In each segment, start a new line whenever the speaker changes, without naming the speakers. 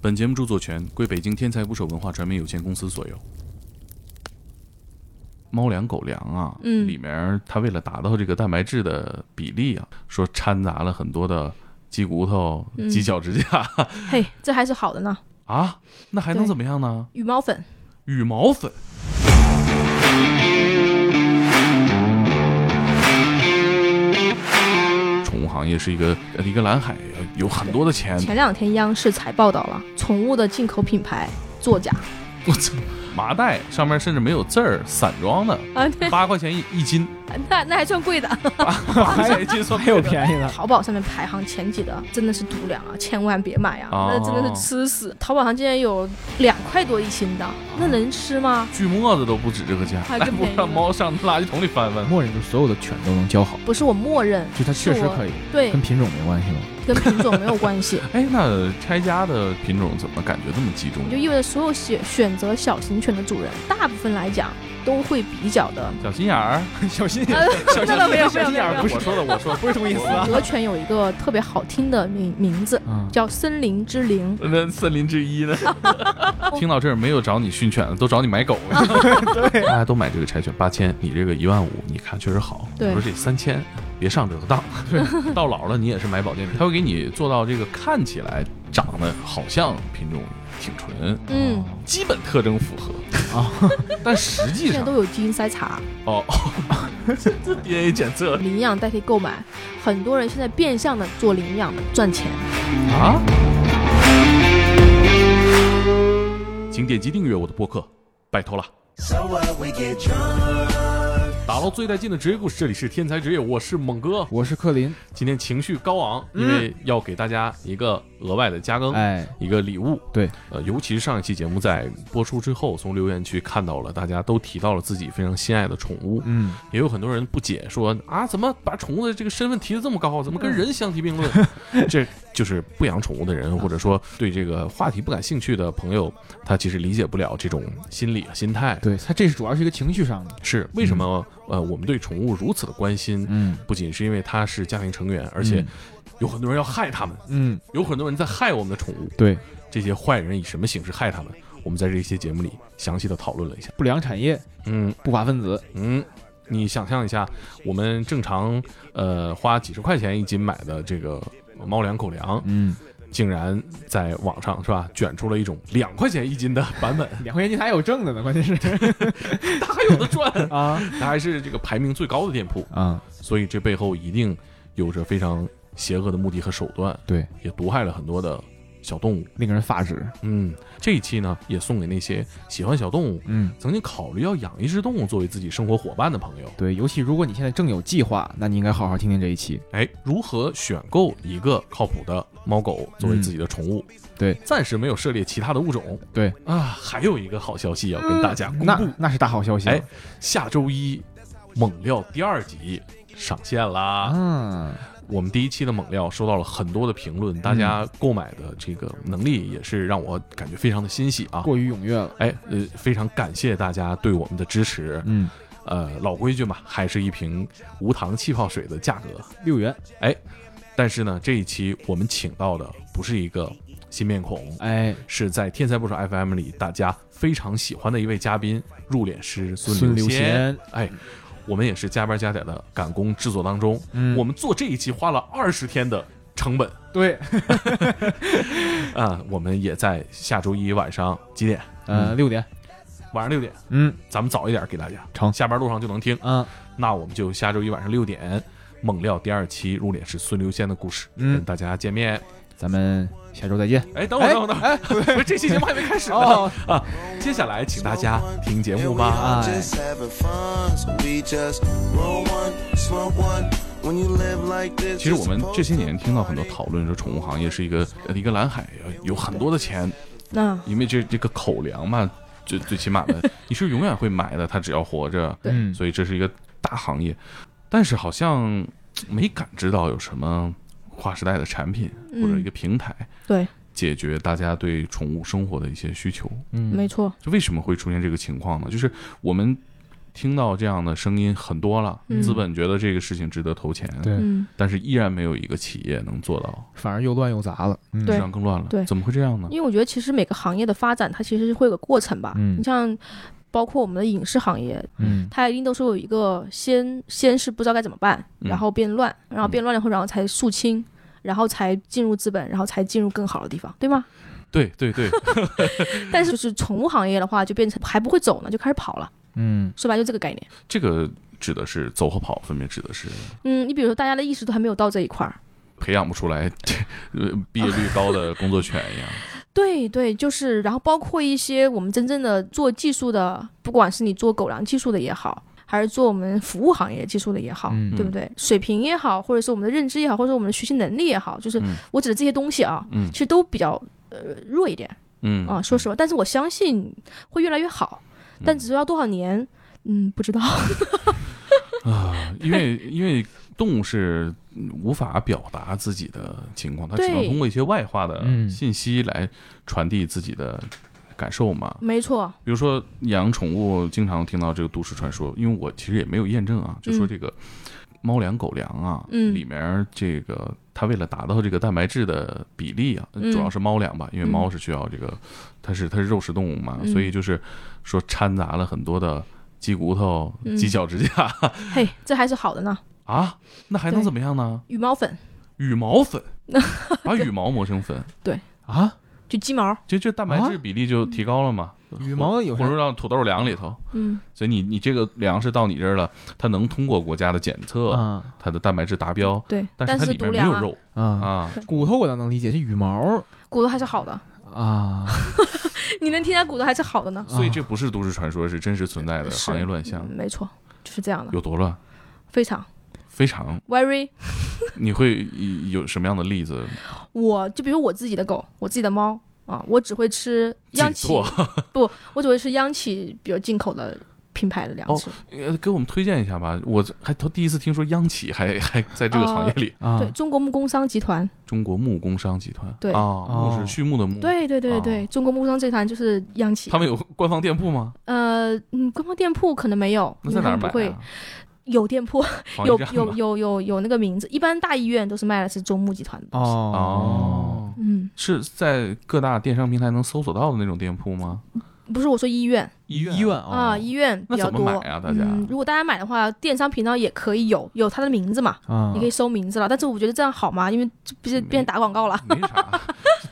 本节目著作权归北京天才捕手文化传媒有限公司所有。猫粮、狗粮啊，
嗯
里面它为了达到这个蛋白质的比例啊，说掺杂了很多的鸡骨头、
嗯
鸡脚趾甲
嘿，这还是好的呢，
啊，那还能
对
怎么样呢？
羽毛粉。
羽毛粉。宠物行业是一个呃一个蓝海，有很多的
嗯
钱。
前两天央视才报道了宠物的进口品牌作假
我操，麻袋上面甚至没有字儿，散装的，
啊，对，嗯
八块钱一一斤，
那那还算贵的。
八块钱一斤算
还有便宜的，
淘宝上面排行前几的真的是毒粮啊，千万别买啊，
哦
那真的是吃死。淘宝上竟然有两块多一斤的，那能吃吗？
锯沫子都不止这个价，
还
哎
真
不
便宜
让猫上垃圾桶里翻翻。
默认就所有的犬都能教好，
不是我哎默认，
就它确实可以，
对
跟，品种没关系吗？
跟品种没有关系，
哎，那拆家的品种怎么感觉那么集中啊
也？就意味着所有选选择小型犬的主人，大部分来讲都会比较的。
小心眼儿，
小心
啊
小
那倒没有没有没有
不
我
是
说的，我说的
不是这么意思啊。
德犬有一个特别好听的名名字，
嗯，
叫森林之
哦
灵。
那森林之 一呢？听到这儿没有找你训犬的，都找你买狗。 对，大家都买这个柴犬八千，你这个一万五，你看确实好。
对
我说这三千，别上这个当。对， 到老了你也是买保健品，他会给你做到这个看起来长得好像品种挺纯，
嗯，
基本特征符合
啊，
但实际
现在
上
都有基因筛查，
哦， 这这 DNA 检测
领养代替购买，很多人现在变相的做领养的赚钱。
啊。请点击订阅我的播客，拜托了。
So what we get drunk.
打捞最带劲的职业故事，这里是天才职业，我是猛哥。
我是克林，
今天情绪高昂，因为要给大家一个额外的加更，
嗯哎，
一个礼物。
对，
呃，尤其是上一期节目在播出之后，从留言区看到了大家都提到了自己非常心爱的宠物，
嗯，
也有很多人不解说啊，怎么把宠物的这个身份提得这么高？怎么跟人相提并论？ 这就是不养宠物的人，或者说对这个话题不感兴趣的朋友，他其实理解不了这种心理啊心态。
对，它这是主要是一个情绪上的，
是为什么？呃，我们对宠物如此的关心，
嗯，
不仅是因为它是家庭成员，而且有很多人要害它们，
嗯，
有很多人在害我们的宠物。
对，
这些坏人以什么形式害它们？我们在这些节目里详细的讨论了一下。
不良产业、
嗯
不法分子，
嗯，你想象一下，我们正常呃花几十块钱一斤买的这个猫粮、狗粮，
嗯，
竟然在网上是吧卷出了一种两块钱一斤的版本，
两块钱你还有挣的呢， 关键是
它 还有的赚，
啊
它还是这个排名最高的店铺，
啊，
所以这背后一定有着非常邪恶的目的和手段，
对，
也毒害了很多的小动物。
令人发指，
嗯，这一期呢，也送给那些喜欢小动物、
嗯。
曾经考虑要养一只动物作为自己生活伙伴的朋友。
对，尤其如果你现在正有计划，那你应该好好听听这一期。
哎，如何选购一个靠谱的猫狗作为自己的宠物？
嗯对
暂时没有涉猎其他的物种。
对
啊，还有一个好消息要跟大家公布，
那那是大好消息
哎下周一《猛料》第二集上线啦！
啊！
我们第一期的《猛料》收到了很多的评论，大家购买的这个能力也是让我感觉非常的欣喜啊！
过于踊跃了，
哎，呃，非常感谢大家对我们的支持。
嗯，
呃，老规矩嘛，还是一瓶无糖气泡水的价格。
六元，
但是呢，这一期我们请到的不是一个新面孔，
哎，
是在《天才不少 FM》里大家非常喜欢的一位嘉宾——入殓师孙
孙
刘
刘
仙。
贤，
哎，我们也是加班加点的赶工制作当中，
嗯
我们做这一期花了二十天的成本
对，
啊！我们也在下周一晚上几点？
呃，六点，
晚上六点，
嗯，
咱们早一点给大家，
成
下班路上就能听。
啊，
那我们就下周一晚上六点，《猛料》第二期入殓师孙刘仙的故事，
嗯
跟大家见面。
咱们下周再见。
哎，等会儿，
哎
等会儿，等会儿，不是这期节目还没开始呢、
哦
啊！接下来请大家听节
Yeah,
目
we
吧。
all
Bye.
just having fun, so we just roll one, smoke one. When you live like this,
其实我们这些年听到很多讨论说，宠物行业是一个呃一个蓝海，呃有很多的钱，
那
因为这这个口粮嘛，最最起码的，你是永远会买的，它只要活着，
对
嗯，
所以这是一个大行业，但是好像没感知到有什么划时代的产品
嗯
或者一个平台
对，
解决大家对宠物生活的一些需求。
嗯
没错，
就为什么会出现这个情况呢？就是我们听到这样的声音很多了，
嗯
资本觉得这个事情值得投钱，
对
嗯，
但是依然没有一个企业能做到，
反而又乱又杂了。嗯、
这
对
样更乱了。
对
怎么会这样呢？
因为我觉得其实每个行业的发展，它其实是会有个过程吧。
嗯
你像包括我们的影视行业，
嗯，
它一定都是有一个先先是不知道该怎么办，
嗯
然后变乱，然后变乱了以后，然后才肃清，然后才进入资本，然后才进入更好的地方，对吗？
对对对，
但是就是宠物行业的话，就变成还不会走呢，就开始跑了。
嗯，
说白了就这个概念。
这个指的是走和跑，分别指的是
嗯，你比如说大家的意识都还没有到这一块儿。
培养不出来呃毕业率高的工作犬一样。
对对，就是，然后包括一些我们真正的做技术的，不管是你做狗粮技术的也好，还是做我们服务行业技术的也好，
嗯
对不对？水平也好，或者是我们的认知也好，或者是我们的学习能力也好，就是
嗯
我指的这些东西啊，
嗯
其实都比较呃弱一点
嗯
啊。说实话，但是我相信会越来越好，但只是要多少年，嗯，不 知道。
啊，因为因为动物是无法表达自己的情况，它只能
对
通过一些外化的
嗯
信息来传递自己的感受嘛。
没错，
比如说养宠物，经常听到这个都市传说，因为我其实也没有验证啊，就说这个猫粮、狗粮啊，
嗯
里面这个它为了达到这个蛋白质的比例啊，
嗯
主要是猫粮吧，因为
嗯
猫是需要这个，它是它是肉食动物嘛，
嗯
所以就是说掺杂了很多的鸡骨头、
嗯
鸡脚指 甲
嘿，这还是好的呢，
啊，那还能
对
怎么样呢？
羽毛粉
羽毛 粉，把羽毛磨成粉，
啊，
就鸡毛，
就这蛋白
啊
质比例就提高了嘛，
羽毛有
混
啥
入到土豆粮里头。
嗯，
所以你你这个粮食到你这儿了，它能通过国家的检测，
啊
它的蛋白质达标，
对，
但是它
是
里
毒
面没有
粮啊，
肉
啊，
啊。
骨头我倒能理解，这羽 毛
骨头还是好的，
啊，
你能添加骨头还是好的呢。
所以这不是都市传说，是真实存在的
是
行业乱象
嗯，，没错，就是这样的，
有多乱？
非常
非常，
very。
你会以有什么样的例子？
我就比如我自己的狗，我自己的猫啊，我只会吃
自
央
己
企，
做，
不，我只会吃央企，比如进口的品牌的粮
哦
食。
呃给我们推荐一下吧。我还头第一次听说央企还 还在这个行业里，
啊
对，中国木工商集团，
中国木工商集团，
对
啊，木
哦
是畜牧的木，，
对对对对对，中国木工商集团就是央企
哦他。们有官方店铺吗？
呃，嗯，官方店铺可能没有，
那
因
在
为
哪
他
儿
们不
买
会
啊？哦
有店铺，
防疫
有
站
有
吗
有有有那个名字，一般大医院都是卖的是中木集团的东西。
哦
哦，
嗯，
是在各大电商平台能搜索到的那种店铺吗？
不是我说医院
医院
医院哦
啊、医院比
哦那
较
怎么
多。
买啊大家
嗯，如果大家买的话，电商频道也可以有有它的名字嘛，
啊，
你可以搜名字了。但是我觉得这样好吗？因为这不是
没
变打广告了，
没啥，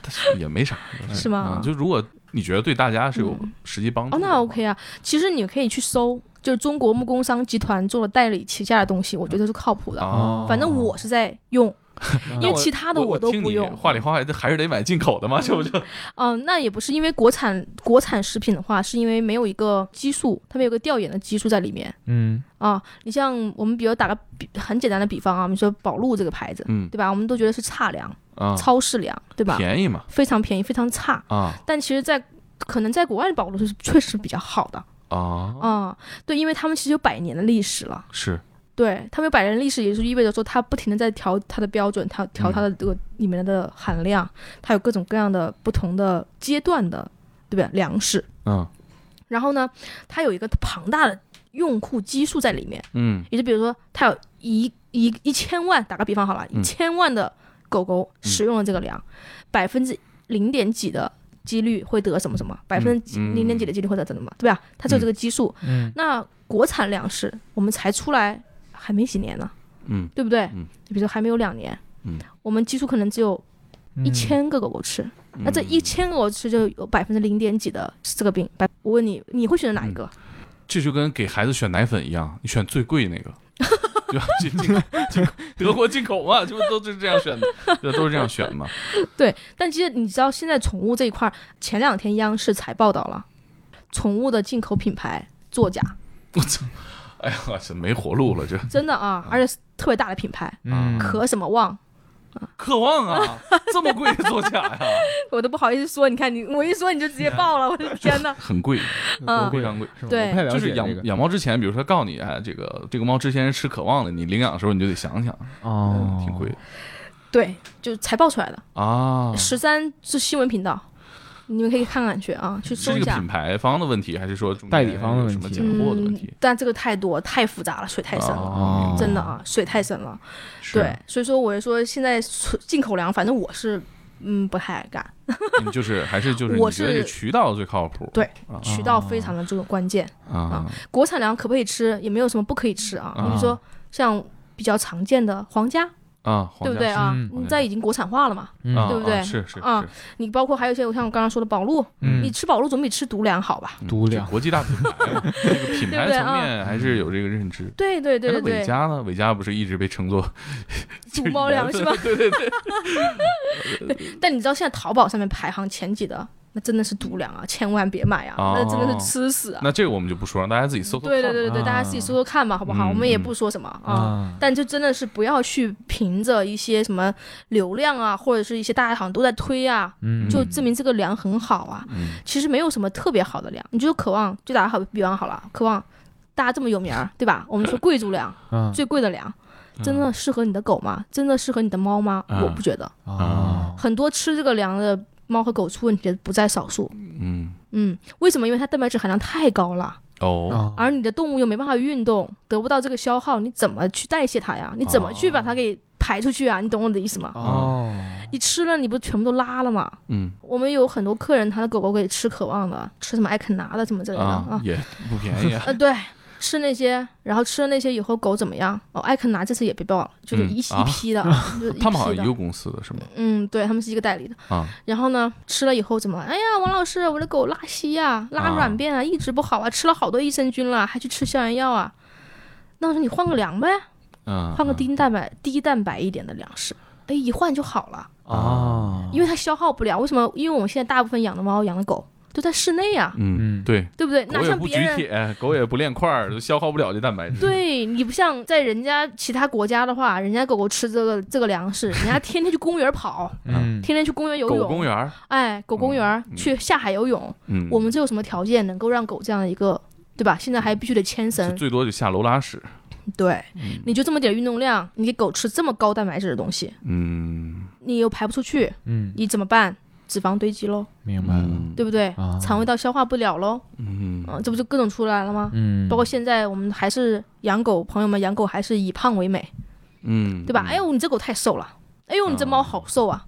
但是也没啥，
是吗
嗯就如果你觉得对大家是有
嗯
实际帮助
哦，
的
那 OK 啊。其实你可以去搜，就是中国木工商集团做的代理旗下的东西，我觉得是靠谱的。
啊，
反正我是在用，
那
因为
我
其他的
我
都
听
不
你
用。
话里话外的还是得买进口的嘛，这不 就
嗯、那也不是因为国产国产食品的话，是因为没有一个激素，他们有个调研的激素在里面
嗯
啊。你像我们比如打个比很简单的比方啊，你说宝路这个牌子，
嗯
对吧？我们都觉得是差粮、
啊
超市粮，对吧？
便宜嘛
非常便宜，非常差。
啊
但其实在，可能在国外的宝路是确实比较好的
啊
啊、对，因为他们其实有百年的历史了。
是
对他们有百年历史，也就意味着说，它不停的在调它的标准，调调它
嗯
的这个里面的含量，它有各种各样的不同的阶段的，对不对？粮食，
嗯
然后呢，它有一个庞大的用户基数在里面，
嗯
也就比如说，它有一一一千万，打个比方好了，
嗯
一千万的狗狗使用了这个粮，百分之零点几的几率会得什么什么，百分之
嗯
零点几的几率会得什么什么，对吧？它是有这个基数。
嗯
那国产粮食我们才出来还没几年呢。
嗯
对不对？
嗯
比如说还没有两年，
嗯
我们基数可能只有一，千个狗狗吃，
嗯
那这一千个狗狗吃就有百分之零点几的是这个病。百，我问你，你会选择哪一个？
这就跟给孩子选奶粉一样，你选最贵那个。对吧？ 进进进德国进口嘛，就都是这样选的，对，都是这样选嘛。
但其实你知道，现在宠物这一块儿，前两天央视才报道了，宠物的进口品牌作假，
我操！哎呀，这没活路了，这
真的
嗯
啊，而且是特别大的品牌，
啊
嗯，
可什么旺，
渴望啊，这么贵的作假呀、
我都不好意思说。你看你，我一说你就直接爆了，我的天 呐。
很贵，
嗯
非常贵。
是吧
对
我不太了
就
解
是
这
养
个
养猫之前，比如说告诉你，哎，这个这个猫之前是吃渴望的，你领养的时候你就得想想，
哦
嗯，，挺贵的
对，就才爆出来的，
啊。
十三是新闻频道，你们可以看看去啊，去
是
搜
这
一
个
下
品。牌方的问题，还是说中间
代理方的
有
问
什么
题
拣货的问题？
但这个太多太复杂了，水嗯太深了，
哦
真的啊，水太深了。
是
对，所以说我就说现在出进口粮，反正我是嗯不太爱干，
你就是还是就是你
我
觉得这
是
个渠道最靠谱？
对
啊
渠道非常的这个关键。
啊，
国产粮可不可以吃，也没有什么不可以吃啊。
啊
你比如说像比较常见的皇家，
啊，
对
皇
不
家
对啊？
嗯
皇
你
家
在已经国产化了嘛？
嗯
啊
对不对
啊是是
啊
是，
你包括还有一些像我刚刚说的宝路，
嗯
你吃宝路总比吃独粮好吧？
嗯
独
这
粮
国际大品 牌嘛，这个品牌
对不对
层面还是有这个认知。哎
对对对
那
对
伟
对，
嘉呢？伟嘉不是一直被称作
主猫粮是吧？？
对对 对，
但你知道现在淘宝上面排行前几的，那真的是独粮啊，千万别买啊，
哦
那真的是吃死啊！
那这个我们就不说了，大家自己搜搜看。
对对对对对，
啊
大家自己搜搜看吧，好不
嗯
好？我们也不说什么啊。
啊，
但就真的是不要去凭着一些什么流量啊，或者是一些大家好像都在推啊，
嗯
就证明这个粮很好啊。
嗯
其实没有什么特别好的粮，你就渴望，就打好比方好了，渴望大家这么有名儿，对吧？我们说贵族粮，
嗯
啊
最贵的粮，真的适合你的狗吗？真的适合你的猫吗？
嗯
我不觉得，
啊
很多吃这个粮的猫和狗出问题的不在少数。
嗯
嗯，为什么？因为它蛋白质含量太高了，
哦，
啊
而你的动物又没办法运动，得不到这个消耗，你怎么去代谢它呀？你怎么去把
哦
它给排出去啊？你懂我的意思吗？
哦
你吃了，你不全部都拉了吗？
嗯
我们有很多客人，他的狗狗给吃渴望的，吃什么爱肯拿的什么之类的
啊
啊，，
也不便 宜啊。
呃，对，吃那些，然后吃了那些以后狗怎么样？哦，艾肯拿这次也被爆了，就是
嗯
一、
啊
一批 的，就是一
他们好
批
像
的
一。个公司的是吗？
嗯，对他们是一个代理的。
啊，
然后呢，吃了以后怎么？哎呀，王老师，我的狗拉稀呀、拉
啊
软便啊，一直不好啊，吃了好多益生菌了，还去吃消炎药啊。那我说你换个粮呗，
嗯，
换个低蛋白、低蛋白一点的粮食，哎，一换就好了，
啊，
因为它消耗不了。为什么？因为我们现在大部分养的猫、养的狗都在室内呀、
嗯
嗯
对，
对不对？哪
狗也
像
不
别
举
人嗯
铁，狗也不练块儿，都消耗不了这蛋白质。
对你不像在人家其他国家的话，人家狗狗吃这个这个粮食，人家天天去公园跑，
嗯
天天去公园游
狗公
泳，
园儿，
哎，狗公园、
嗯
去下海游泳，
嗯，
我们这有什么条件能够让狗这样的一个？对吧？现在还必须得牵绳，
最多就下楼拉屎。
对，你就这么点运动量，你给狗吃这么高蛋白质的东西，
嗯，
你又排不出去，
嗯，
你怎么办？脂肪堆积喽，
明白了，
嗯
对不对？
啊
肠胃道消化不了喽，
嗯
嗯、这不就各种出来了吗？
嗯，
包括现在我们还是养狗，朋友们养狗还是以胖为美，
嗯，
对吧？
嗯哦
哎，呦，你这狗太瘦了，哎呦，你这猫好瘦啊，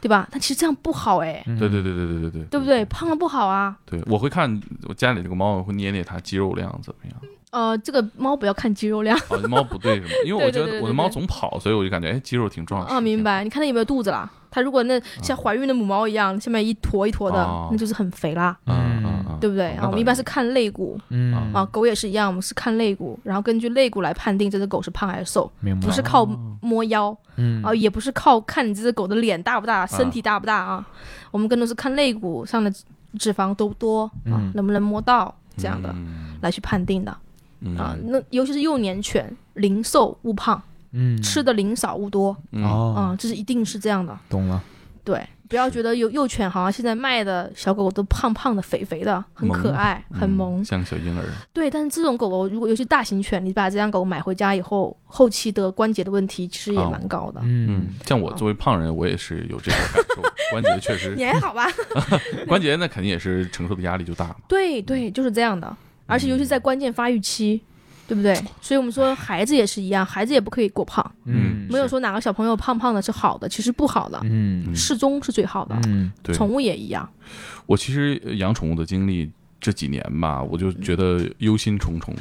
对吧？但其实这样不好哎，
对对对对对对对，
对不对？胖了不好啊。
对，我会看我家里这个猫，我会捏捏它肌肉量怎 么样。
呃，这个猫不要看肌肉量
哦，这猫不对是吗？因为我
对对
觉得
对对
我的
对
猫
对
总跑，所以我就感觉哎，肌肉挺壮实。
啊，明白？你看它有没有肚子啦？它如果那像怀孕的母猫一样，下面一坨一坨的
啊哦，
那就是很肥啦，
挺。嗯嗯嗯，
对不对？
那
啊，
倒
我们一般
是
是看肋骨
嗯
啊，，狗也是一样，我们是看肋骨，然后根据肋骨来判定这只狗是胖还是瘦，
明白，
不是靠
哦
摸腰
嗯
啊，也不是靠看你这只狗的脸大不大、身体大不大啊，我们更多是看肋骨上的脂肪多不多啊
嗯，
能不能摸到这样的。
嗯
来去判定的
嗯
啊。那尤其是幼年犬，零瘦勿胖，
嗯
吃的零少勿多
嗯
啊
哦，，
这是一定是这样的。
懂了，
对，不要觉得有幼犬好像现在卖的小狗狗都胖胖的、肥肥的，很
萌
可爱，很萌
嗯。像个小婴儿。
对，但是这种狗狗，如果尤其大型犬，你把这样狗狗买回家以后，后期得关节的问题其实也
哦
蛮高的。
嗯，像
哦
我作为胖人，我也是有这个感受，关节确 实
你还好吧？
关节那肯定也是承受的压力就大嘛。
对对，就是这样的。而且尤
嗯
其在关键发育期，对不对？所以我们说孩子也是一样，孩子也不可以过胖。
嗯
没有说哪个小朋友胖胖的是好的，其实不好的。
嗯
嗯
适中是最好的。
嗯
对，
宠物也一样，
我其实呃养宠物的经历这几年吧，我就觉得忧心忡忡，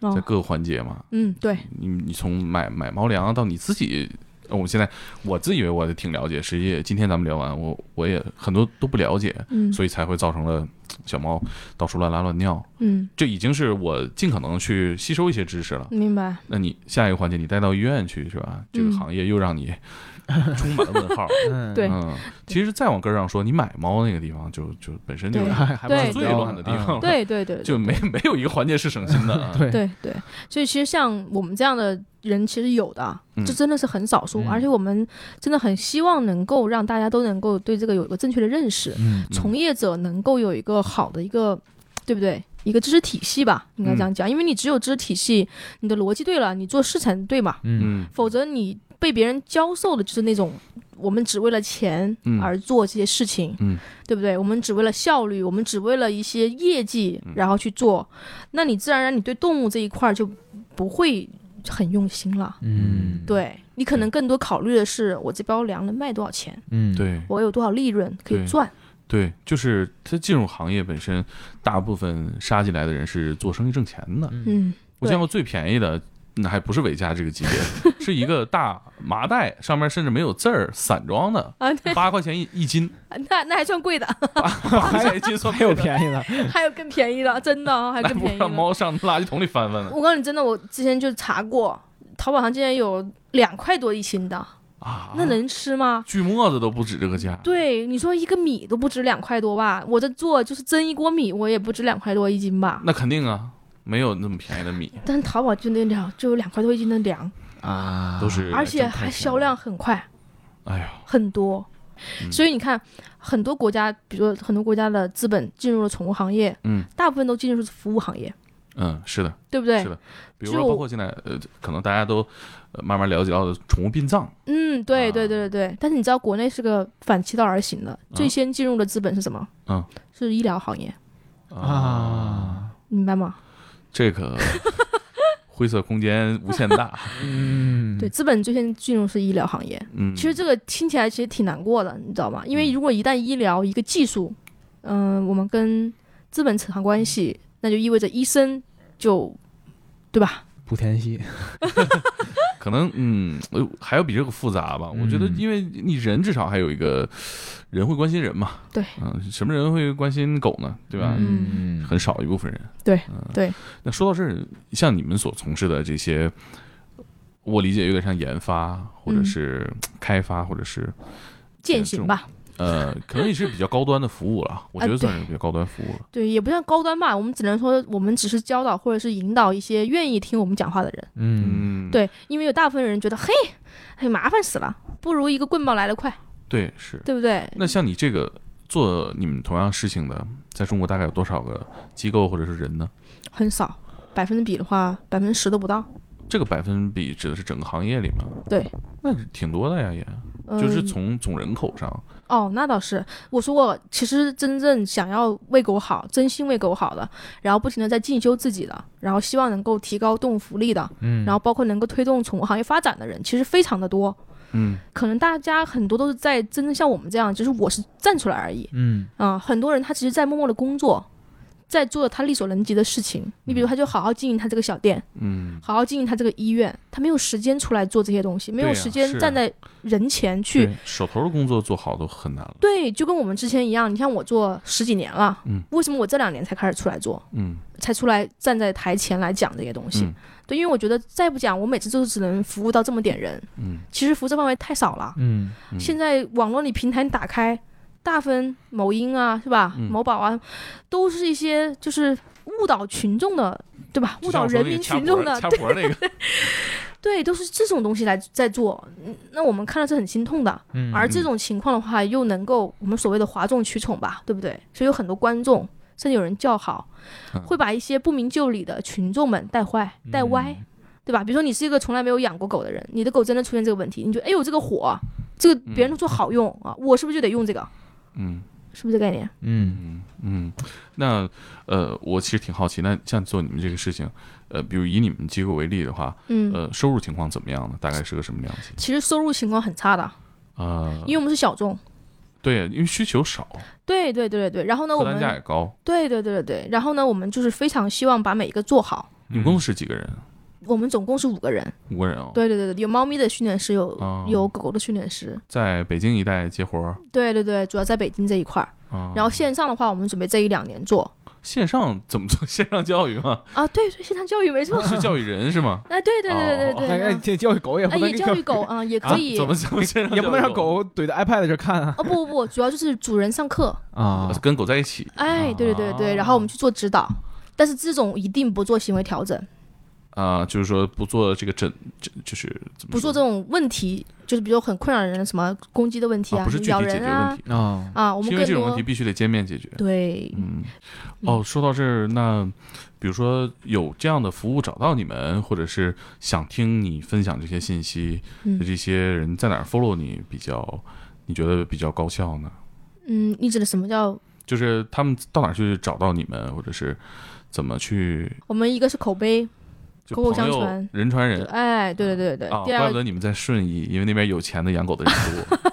在
哦，
各个环节嘛。
嗯，对，
你你从买买猫粮到你自己，呃我现在我自以为我挺了解，实际今天咱们聊完，我我也很多都不了解，
嗯，
所以才会造成了小猫到处乱拉乱尿。
嗯，
这已经是我尽可能去吸收一些知识了。
明白，
那你下一个环节，你带到医院去是吧？这个
嗯
行业又让你充满了问 号。
嗯，
对
嗯，其实再往根儿上说，你买猫那个地方就就本身就
对
是
还还不
对
是
最乱的地方，了，
对对 对，
就没没有一个环节是省心的啊。
对，
对对，所以其实像我们这样的人，其实有的
嗯，
这真的是很少数，
嗯
而且我们真的很希望能够让大家都能够对这个有一个正确的认识，
嗯
从业者能够有一个好的一个，对不对？一个知识体系吧，应该这样讲，因为你只有知识体系，你的逻辑对了，你做事才对嘛，
嗯
嗯，
否则你被别人教授的就是那种我们只为了钱
嗯
而做这些事情，
嗯
对不对？我们只为了效率，我们只为了一些业绩然后去做，那你自然而然你对动物这一块儿就不会很用心了。
嗯，
对你可能更多考虑的是我这包粮能卖多少钱，
嗯，
对
我有多少利润可以
对
赚。
对，就是它进入行业本身，大部分杀进来的人是做生意挣钱的。
嗯
嗯，
我见过最便宜的，那还不是尾夹这个级 别，是一个大麻袋，上面甚至没有字儿，散装 的，
啊，对，
八块钱一一斤，
那那还算贵的，
八块钱一斤算
还有
便宜
便宜的，
还有更便宜的，真的啊还
的，那
有更
不
便宜的
让。猫上垃圾桶里翻 翻呢？
我告诉你，真的，我之前就查过，淘宝上竟然有两块多一斤的，
啊，
那能吃吗？
锯沫子都不止这个价。
对，你说一个米都不止两块多吧？我这做就是蒸一锅米，我也不止两块多一斤吧？
那肯定啊，没有那么便宜的米，
但淘宝就那两，就有两块多一斤的粮，
啊，
都是
而且还销量很快，
哎呀，
很多。
嗯
所以你看，很多国家，比如说很多国家的资本进入了宠物行业，
嗯，
大部分都进入服务行业，
嗯，是的，
对不对
是？的，比如
就
说包括现在呃，可能大家都呃慢慢了解到的宠物殡葬，
嗯，对
啊
对对对对。但是你知道，国内是个反其道而行的，最
啊
先进入的资本是什么？
嗯，
是医疗行业，
啊，
明白吗？
这 个灰色空间无限大，
嗯，
对，资本最先进入是医疗行业。
嗯，
其实这个听起来其实挺难过的，你知道吗？因为如果一旦医疗一个技术，嗯、我们跟资本扯上关系，那就意味着医生就，对吧？
莆田系，
可能嗯，呃还有比这个复杂吧。我觉得，
嗯
因为你人至少还有一个人会关心人嘛，
对
嗯、什么人会关心狗呢？对吧？
嗯，
很少一部分人。
对
嗯
对。
那说到这儿，像你们所从事的这些，我理解有点像研发，或者
嗯
是开发，或者是
践行吧，
呃，可能也是比较高端的服务了。我觉得
啊
算是比较高端服务了。
对，也不算高端吧，我们只能说我们只是教导或者是引导一些愿意听我们讲话的人。
嗯，
嗯，
对，因为有大部分人觉得，嘿，哎，麻烦死了，不如一个棍棒来得快，
对是。
对不对？
那像你这个做你们同样事情的，在中国大概有多少个机构或者是人呢？
很少，百分比的话，百分之十都不到。
这个百分比指的是整个行业里吗？
对，
那挺多的呀，也
嗯、
就是从总人口上，
哦，那倒是。我说我其实真正想要为狗好，真心为狗好的，然后不停的在进修自己的，然后希望能够提高动物福利的，
嗯
然后包括能够推动宠物行业发展的人，其实非常的多。
嗯
可能大家很多都是在真正像我们这样，就是我是站出来而已。
嗯
啊、很多人他其实，在默默的工作，在做他力所能及的事情。你比如，他就好好经营他这个小店，
嗯，
好好经营他这个医院，他没有时间出来做这些东西，没有
对啊
时间
是啊
站在人前去
对
手头的工作做好都很难了，
对，就跟我们之前一样，你看我做十几年了，
嗯
为什么我这两年才开始出来做，
嗯
才出来站在台前来讲这些东西？
嗯
对，因为我觉得再不讲，我每次都只能服务到这么点人，
嗯，
其实服务这范围太少了。
嗯
嗯
现在网络里平台你打开，大分、某音啊，是吧？
嗯
某宝啊，都是一些就是误导群众的，对吧？误
就像
导
我说
人
那个
民
掐
群
脖
众
儿
的，
掐脖儿那 个，
对，都是这种东西来在做，嗯那我们看了是很心痛的。
嗯
而这种情况的话，又能够我们所谓的哗众取宠吧，对不对？所以有很多观众，甚至有人叫好
嗯，
会把一些不明就里的群众们带坏、带歪，对吧？比如说你是一个从来没有养过狗的人，你的狗真的出现这个问题，你觉得哎呦这个火，这个别人都说好用啊，我是不是就得用这个？
嗯
是不是这个概念？
嗯
嗯，那呃，我其实挺好奇，那像做你们这个事情，呃，比如以你们机构为例的话，
嗯，
呃，收入情况怎么样呢？大概是个什么样子
其实收入情况很差的，
啊？
因为我们是小众。
对，因为需求少，
对对对对对，然后呢，我
客单
们
价也高。
对对对对对，然后呢，我们就是非常希望把每一个做好。
你们公司是几个人？
我们总共是五个人，
五个人哦。
对对对对，有猫咪的训练师，有、
哦
有狗狗的训练师，
在北京一带接活儿
对对对，主要在北京这一块儿。
啊。
然后线上的话，我们准备这一两年做
线上怎么做？ 线上教育 吗？
啊，对对，线上教育 没错。
是教育人是吗？
哎，对对对对对
哎
哦
哎，
对，
这教育狗也
哎
不能
也教育狗啊，也 可以。
怎么怎么 线上
也不能
教育
让狗怼在 iPad 这看啊
哦不不不，主要就是主人上课，
啊
跟狗在一起
哎，对对对对，然后我们去做指导，但是这种一定不做行为调整，
啊，就是说不做这个诊，这就是怎么
不做
说
这种问题，就是比如很困扰人的什么攻击的问题
啊，不是具
咬
体解
人
决问
啊
题，
啊，
啊，我
是
们
因为这
更
种问
多
题必须得见面解决。
对，
嗯，哦，说到这儿，那比如说有这样的服务找到你们，或者是想听你分享这些信息，
嗯
这些人在哪儿 follow 你比较，你觉得比较高效呢？
嗯，你指的什么叫？
就是他们到哪儿去找到你们，或者是怎么去
我们一个是口碑，
就
口口
朋
相
友
传
人传人
哎，对对对对
啊？
对，第
怪
二
不得你们在顺义，因为那边有钱的养狗的人 多。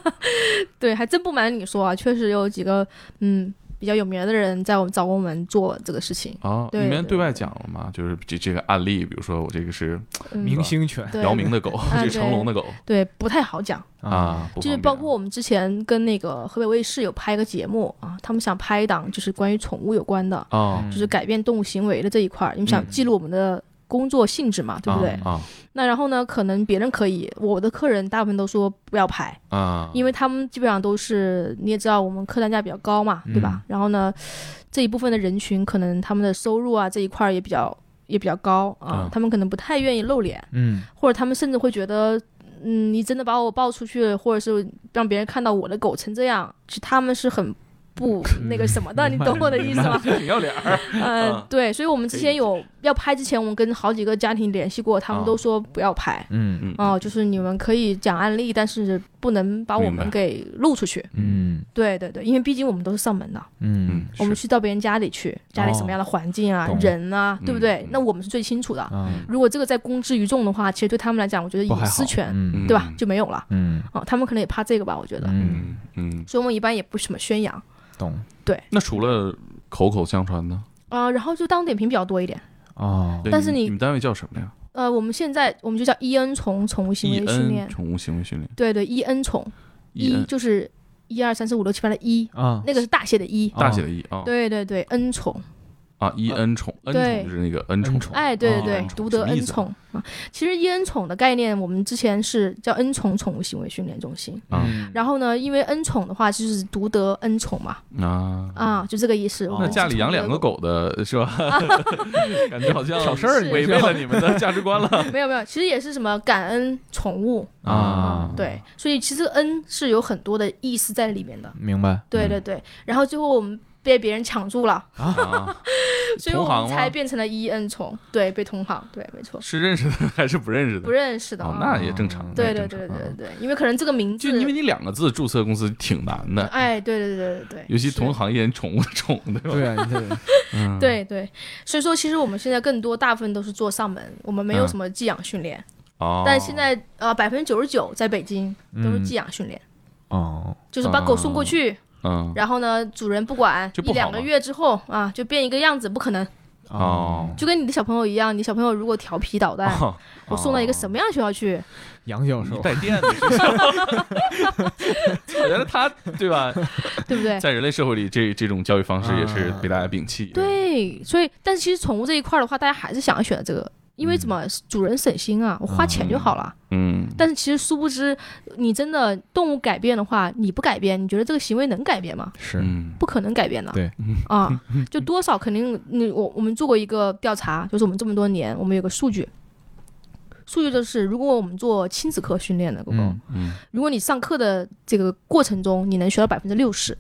对，还真不瞒你说啊，确实有几个嗯比较有名的人在我们找过我们做这个事情，
啊，
对
你们
对
对外讲了吗？就是这这个案例，比如说我这个是
嗯、
明星犬
对
姚明的狗，
啊
这个成龙
对
的狗
对不太好讲，
啊，不
就是
方便
包括我们之前跟那个河北卫视有拍个节目啊，他们想拍一档就是关于宠物有关的，
啊，
嗯
就是改变动物行为的这一块儿，因为想记录我们的。工作性质嘛，对不对？
嗯啊
那然后呢？可能别人可以，我的客人大部分都说不要拍，
啊啊，
因
为
为他们基本上都是你也知道，我们客单价比较高嘛，对
嗯
吧？然后呢，这一部分的人群可能他们的收入啊这一块儿也比较也比较高啊，
嗯
他们可能不太愿意露脸，
嗯
或者他们甚至会觉得，嗯，你真的把我抱出去，或者是让别人看到我的狗成这样，其实他们是很。不，
嗯
那个什 么的，你懂我的意思吗？
你要脸儿，
嗯，对，所以我们之前有要拍之前，我们跟好几个家庭联系过，他们
啊
都说不要拍，
嗯
嗯
哦，就是你们可以讲案例，但是不能把我
明白
们给露出去。
嗯
对对对，因为毕竟我们都是上门的，
嗯
嗯，
我们
是
去到别人家里去，家里什么样的环境啊、
懂
人啊，对不对？
嗯
那我们是最清楚的。
啊，
如果这个再公之于众的话，其实对他们来讲，我觉得
不
隐
还好
私权，
嗯
对吧
嗯，
就没有了
嗯
啊。他们可能也怕这个吧，我觉得。
嗯，
嗯嗯，
所以我们一般也不怎么宣扬
懂
那除了口口相传呢？
啊、然后就当点评比较多一点。
哦
对
但是
你
你
们单位叫什么呀
呃，我们现在我们就叫伊恩宠宠物行
？E
为训
N
练，
宠物行为训练
对对，伊恩宠，
，E
一
N
就是一二三四五六七八的一，
啊，
那个是大写的一。
大写的 E 啊，
对对对，恩宠，
啊，E N 宠，N 宠
对
就是那个 N 宠
恩宠
哎，对
哦
对对
恩，宠
独
什
得
么意
恩
思啊
宠啊。其实伊恩宠的概念，我们之前是叫恩宠宠物行为训练中心。
啊
嗯
然后呢，因为恩宠的话就是独得恩宠嘛，
啊。
啊，就这个意思。
哦
我
那
们
家里养两个狗的是吧？ 感觉好像挑事儿
是
违背了你们的价值观 了
没有没有，其实也是什么感恩宠物，
啊，，
哦
对，所以其实恩是有很多的意思在里面的。
嗯
明白，
对对对，然后最后我们被别人抢注 了，
啊！
所以
同
我
行吗
们才变成了伊恩宠，对，被同行，对，没错，
是认识的还是不认识的
不？认识的
哦
啊，，
那也正常。那也
对对
正
对
常
对
啊
对对，因为可能这个名字
就，因为你两个字注册公司挺难的，
哎，对对对对对，
尤其
是
同行业人宠物的宠，对吧？
对啊，你这
嗯，
对对，所以说其实我们现在更多大部分都是做上门，我们没有
嗯
什么寄养训练，
哦，
但现在呃百分之九十九在北京都是寄养训练，
嗯哦，
就是把狗送过去，
嗯
然后呢主人不管
这不
一两
好
个
吗
月之后啊就变一个样子，不可能，
哦，
就跟你的小朋友一样，你小朋友如果调皮捣蛋，
哦
我送到一个什么样的学校去，
杨教
你
授，
带电 的学校，我觉得他对吧，
对不对？
在人类社会里，这这种教育方式也是被大家摒弃。，
对，所以但是其实宠物这一块儿的话，大家还是想要选择这个。因为怎么主人省心啊，我花钱就好了。
嗯，
但是其实殊不知，你真的动物改变的话，你不改变，你觉得这个行为能改变吗？
是
嗯
不可能改变的。
对
啊，就多少肯定，你我我们做过一个调查，就是我们这么多年，我们有个数据，数据就是如果我们做亲子课训练的狗狗，
嗯
嗯
如果你上课的这个过程中，你能学到百分之六十，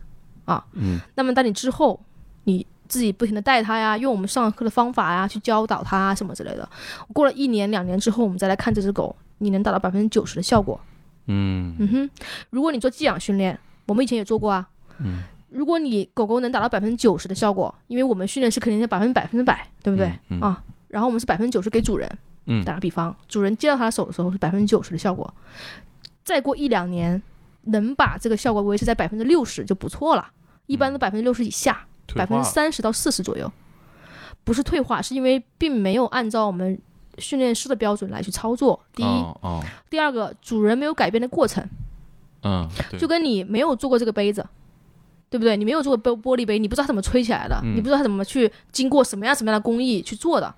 嗯
那么当你之后你自己不停的带它呀，用我们上课的方法呀去教导它啊什么之类的，过了一年两年之后，我们再来看这只狗，你能达到百分之九十的效果。
嗯
嗯哼，如果你做寄养训练，我们以前也做过啊。
嗯，
如果你狗狗能达到百分之九十的效果，因为我们训练是肯定是百分之百分之百，对不对、
嗯嗯
啊？然后我们是百分之九十给主人，
嗯
打个比方，主人接到它的手的时候是百分之九十的效果，再过一两年能把这个效果维持在百分之六十就不错了，一般的百分之六十以下，
嗯退
百分
化
之三十到四十左右，不是退化，是因为并没有按照我们训练师的标准来去操作。第一，
哦哦
第二个，主人没有改变的过程。
嗯，对
就跟你没有做过这个杯子，对不对？你没有做过玻玻璃杯，你不知道它怎么吹起来的，
嗯
你不知道它怎么去经过什么样什么样的工艺去做的，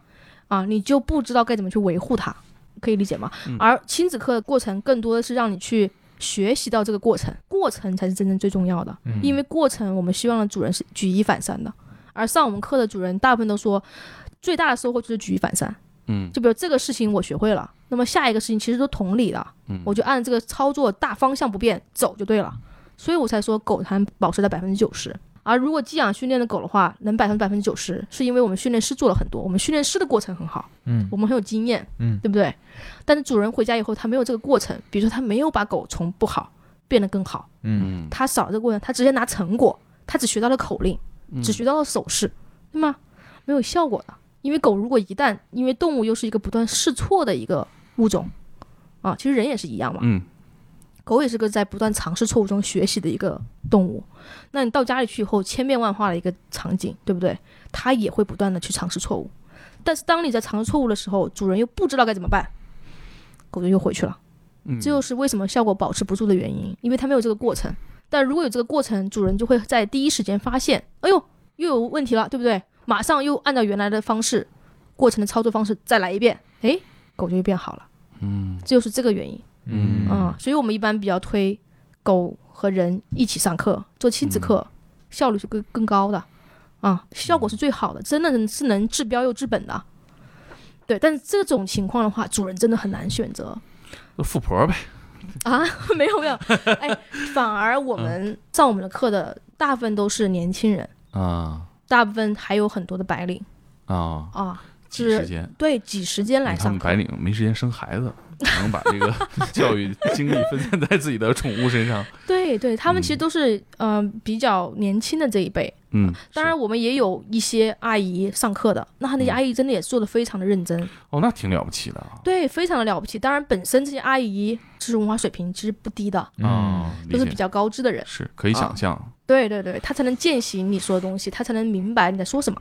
啊，你就不知道该怎么去维护它，可以理解吗？
嗯
而亲子课的过程更多的是让你去。学习到这个过程，过程才是真正最重要的，
嗯
因为过程我们希望的主人是举一反三的，而上我们课的主人大部分都说，最大的收获就是举一反三，
嗯
就比如这个事情我学会了，那么下一个事情其实都同理的，
嗯，
我就按这个操作大方向不变走就对了。所以我才说狗它保持在百分之九十。而如果寄养训练的狗的话，能百分之百分之九十，是因为我们训练师做了很多，我们训练师的过程很好，
嗯
我们很有经验，
嗯
对不对？但是主人回家以后，他没有这个过程，比如说他没有把狗从不好变得更好，
嗯
嗯
他少了这个过程，他直接拿成果，他只学到了口令，只学到了手势，对吗？没有效果的，因为狗如果一旦因为动物又是一个不断试错的一个物种啊，其实人也是一样嘛，
嗯
狗也是个在不断尝试错误中学习的一个动物。那你到家里去以后，千变万化的一个场景，对不对？它也会不断的去尝试错误。但是当你在尝试错误的时候，主人又不知道该怎么办，狗就又回去了。
嗯，
这就是为什么效果保持不住的原因，因为它没有这个过程。但如果有这个过程，主人就会在第一时间发现，哎呦，又有问题了，对不对？马上又按照原来的方式，过程的操作方式再来一遍，哎，狗就又变好了。
嗯
这就是这个原因。
嗯
嗯，所以我们一般比较推狗和人一起上课，做亲
嗯
子课，效率是更更高的，啊，效果是最好的，真的是能治标又治本的。对，但是这种情况的话，主人真的很难选择
富婆呗，
啊， 没有没有，哎，反而
嗯
我们上我们的课的大部分都是年轻人，
啊
大部分还有很多的白领
啊，
啊，
挤
是
时间。
对，挤时间来
嗯他
上
们
课，
白领没时间生孩子，只能把这 个教育精力分散在自己的宠物身上。
对对，他们其实都是嗯、呃比较年轻的这一辈，
嗯，
当然，我们也有一些阿姨上课的，那那些
嗯
阿姨真的也做的非常的认真，
是哦，那挺了不起的啊。
对，非常的了不起。当然，本身这些阿姨知识文化水平其实不低的，
啊，
哦
理
都是
解
比较高知的啊人。
是可以想象。
对对对，她才能践行你说的东西，她才能明白你在说什么，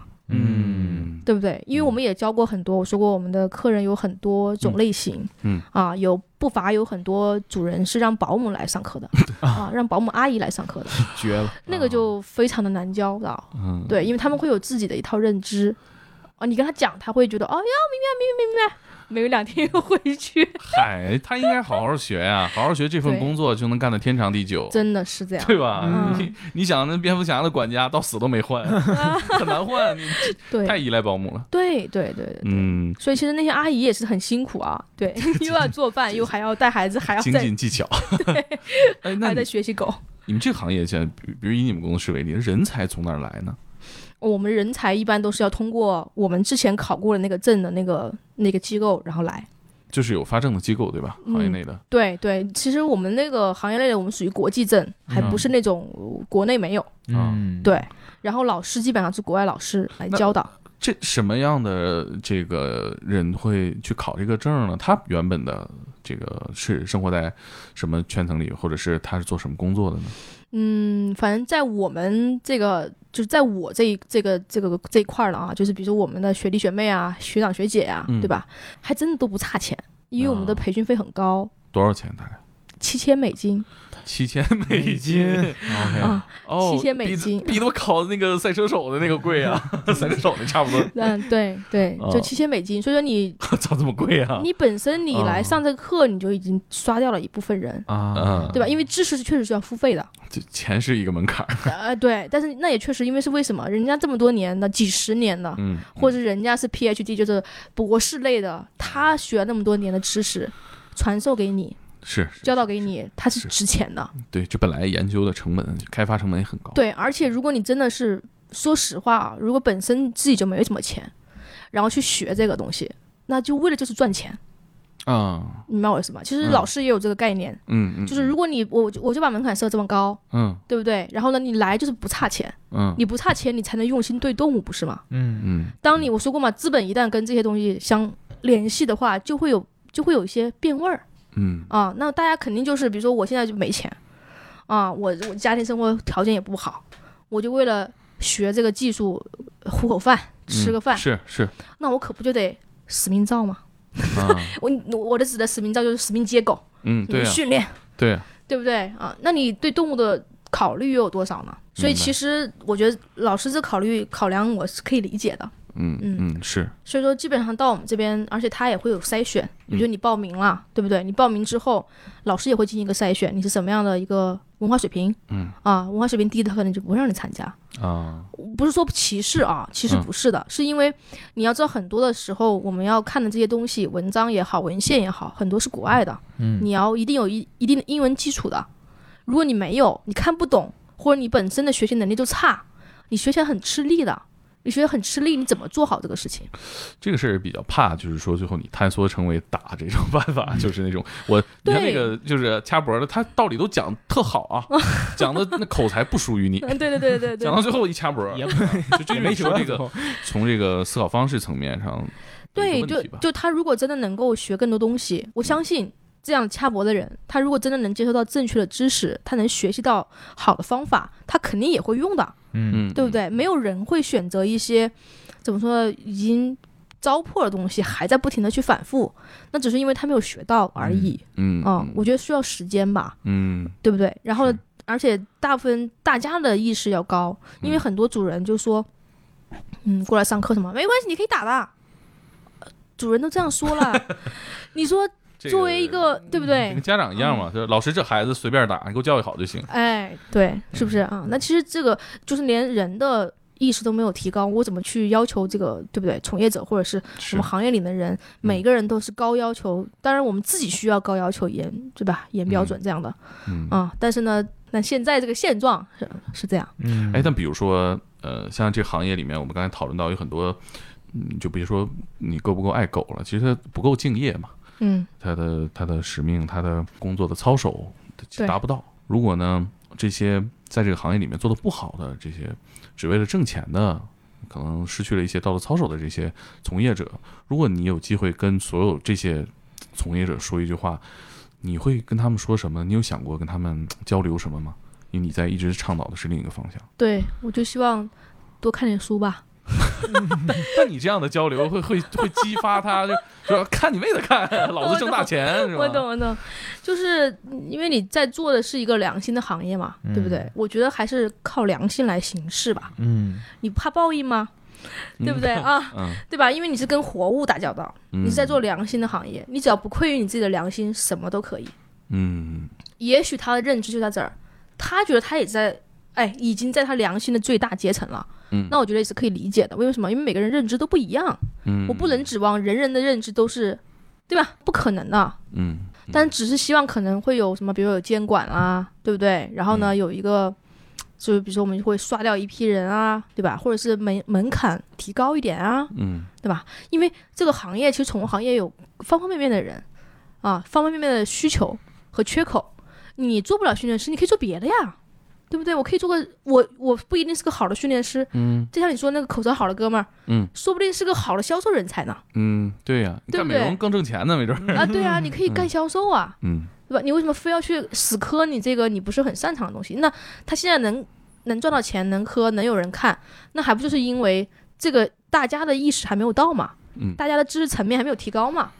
嗯
对不对？因为我们也教过很多，我说过我们的客人有很多种类型，
嗯
啊，有不乏有很多主人是让保姆来上课 的啊，让保姆阿姨来上 课的，
绝了，
那个就非常的难教的。
嗯，
对，因为他们会有自己的一套认知。啊，你跟他讲，他会觉得哦呀，明白，明白，明白，明白。没有两天又回去，
嗨，他应该好好学呀，好好学这份
对
工作就能干得天长地久。
真的是这样。
对吧？
嗯
你你想那蝙蝠侠的管家到死都没 换，很难换，你
对，
太依赖保姆了。
对，对，对，对。
嗯，
所以其实那些阿姨也是很辛苦啊， 对，又要做饭，又还要带孩子，还要
精
再
进技 巧。哎，那
还在
你
学习狗。
你们这个行业现在，比比如以你们公司为例，人才从哪儿来呢？
我们人才一般都是要通过我们之前考过的那个证的那个那个机构，然后来。
就是有发证的机构对吧？
嗯
行业内的。
对对，其实我们那个行业类的，我们属于国际证，还不
嗯
是那种呃国内没有。
嗯，
对，然后老师基本上是国外老师来
那
教导。
这什么样的这个人会去考这个证呢？他原本的这个是生活在什么圈层里，或者是他是做什么工作的呢？
嗯，反正在我们这个，就是在我这一这个这个这一块儿了啊，就是比如说我们的学弟学妹啊、学长学姐啊，
嗯
对吧？还真的都不差钱，因为我们的
啊
培训费很高，
多少钱大概？
七千美金
七千美金
，OK，
啊。
哦，
7000美金
比比我考那个赛车手的那个贵 啊，赛车手那差不多，
嗯，对对，
哦
就七千美金。所以说你
咋这么贵啊？哦
你本身你来上这个课，你就已经刷掉了一部分人。
啊
嗯，
对吧？因为知识是确实是要付 费的，
这钱是一个门槛 儿，
呃，对，但是那也确实，因为是为什么？人家这么多年的，几十年的，
嗯，
或
者
者人家是 PhD，就是博士类的，他
嗯
学了那么多年的知识，传授给你，
是
教导给你，它是
是嗯
值钱的。
对，这本来研究的成本、开发成本也很高，
对，而且如果你真的是说实话啊，如果本身自己就没什么钱，然后去学这个东西，那就为了就是赚钱，
啊，
你明白我意思吗？其实
嗯
老师也有这个概念，
嗯嗯，
就是如果你我我就把门槛设这么高，
嗯
对不对？然后呢，你来就是不差钱，
嗯
你不差钱，你才能用心对动物，不是吗？
嗯
嗯，
当你我说过嘛，资本一旦跟这些东西相联系的话，就会有就会有一些变味儿
嗯
啊。那大家肯定就是，比如说我现在就没钱啊，我我家庭生活条件也不好，我就为了学这个技术糊口饭吃个饭，
嗯是 是
那我可不就得使命召吗？
啊，
我我的指的使命召就是使命接狗，
嗯
你
对啊
训练，
对啊，
对不对啊？那你对动物的考虑又有多少呢？所以
明白
其实我觉得老师这考虑考量我是可以理解的。
嗯
嗯
嗯是
所以说，基本上到我们这边，而且他也会有筛选，比如说你报名了，对不对？你报名之后，老师也会进行一个筛选，你是什么样的一个文化水平，
嗯
啊，文化水平低的他可能就不让你参加。
啊，
不是说歧视啊，其实
嗯
不是的，是因为你要知道，很多的时候我们要看的这些东西，文章也好，文献也好，很多是国外的，
嗯
你要一定有一一定的英文基础的。如果你没有，你看不懂，或者你本身的学习能力就差，你学起来很吃力的。你学得很吃力，你怎么做好这个事情？
这个事儿比较怕，就是说最后你坍缩成为打这种办法，就是那种我你看那
嗯对
个就是掐脖的，他道理都讲特好 啊，讲的那口才不输于你，
嗯，对对对对
讲到最后一掐脖儿，就这个从这个从这个思考方式层面上有一
对，
个
就
问题吧，
就他如果真的能够学更多东西，我相信这样掐脖的人，他如果真的能接受到正确的知识，他能学习到好的方法，他肯定也会用的，
嗯
嗯，
对不？对？没有人会选择一些怎么说呢已经糟粕的东西，还在不停的去反复，那只是因为他没有学到而已。
嗯
嗯，我觉得需要时间吧，
嗯
对不对？然后
是，
而且大部分大家的意识要高，因为
嗯
很多主人就说，嗯，过来上课什么没关系，你可以打的。呃主人都这样说 了，你说
这
作为一个、对不对嗯
跟？家长一样嘛，就是老师这孩子随便打，你给我教育好就行。
哎，对，是不是
嗯
啊？那其实这个就是连人的意识都没有提高，我怎么去要求这个对不对？从业者或者是我
是嗯
们行业里的人，每个人都是高要求，当然我们自己需要高要求严，对吧？严标准这样的
嗯，
啊、但是呢，那现在这个现状是是这样，
嗯
哎，但比如说，呃，像这个行业里面，我们刚才讨论到有很多，嗯，就别说你够不够爱狗了，其实他不够敬业嘛，
嗯，
他的他的使命，他的工作的操守
对
达不到。如果呢，这些在这个行业里面做的不好的这些，只为了挣钱的。可能失去了一些道德操守的这些从业者，如果你有机会跟所有这些从业者说一句话，你会跟他们说什么？你有想过跟他们交流什么吗？因为你在一直倡导的是另一个方向。
对我就希望多看点书吧。
但你这样的交流会会会激发他，就说看你妹的看，老子挣大钱是吧？
我懂，我懂，就是因为你在做的是一个良心的行业嘛，对不
嗯
对？我觉得还是靠良心来行事吧。
嗯
你怕报应吗？
嗯
对不对？啊？
嗯，
对吧？因为你是跟活物打交道，
嗯
你是在做良心的行业，你只要不愧于你自己的良心，什么都可以。
嗯
也许他的认知就在这儿，他觉得他也在，哎，已经在他良心的最大阶层了。
嗯
那我觉得也是可以理解的。为什么？因为每个人认知都不一样，
嗯，
我不能指望人人的认知都是，对吧？不可能的。
嗯
但只是希望可能会有什么，比如有监管啊，对不对？然后
嗯
呢，有一个，就是比如说我们会刷掉一批人啊，对吧？或者是门门槛提高一点啊，
嗯
因为这个行业其实宠物行业有方方面面的人啊，方方面面的需求和缺口，你做不了训练师，你可以做别的呀，对不对？我可以做个我我不一定是个好的训练师，
嗯
就像你说那个口才好的哥们儿，
嗯，
说不定是个好的销售人才呢
嗯，对呀，你
对
干
不
美
对
容更挣钱呢，没准 儿。
啊，对啊，你可以干销售啊，
嗯
对吧？你为什么非要去死磕你这个你不是很擅长的东西？那他现在能能赚到钱，能磕，能有人看，那还不就是因为这个大家的意识还没有到嘛？
嗯
大家的知识层面还没有提高嘛？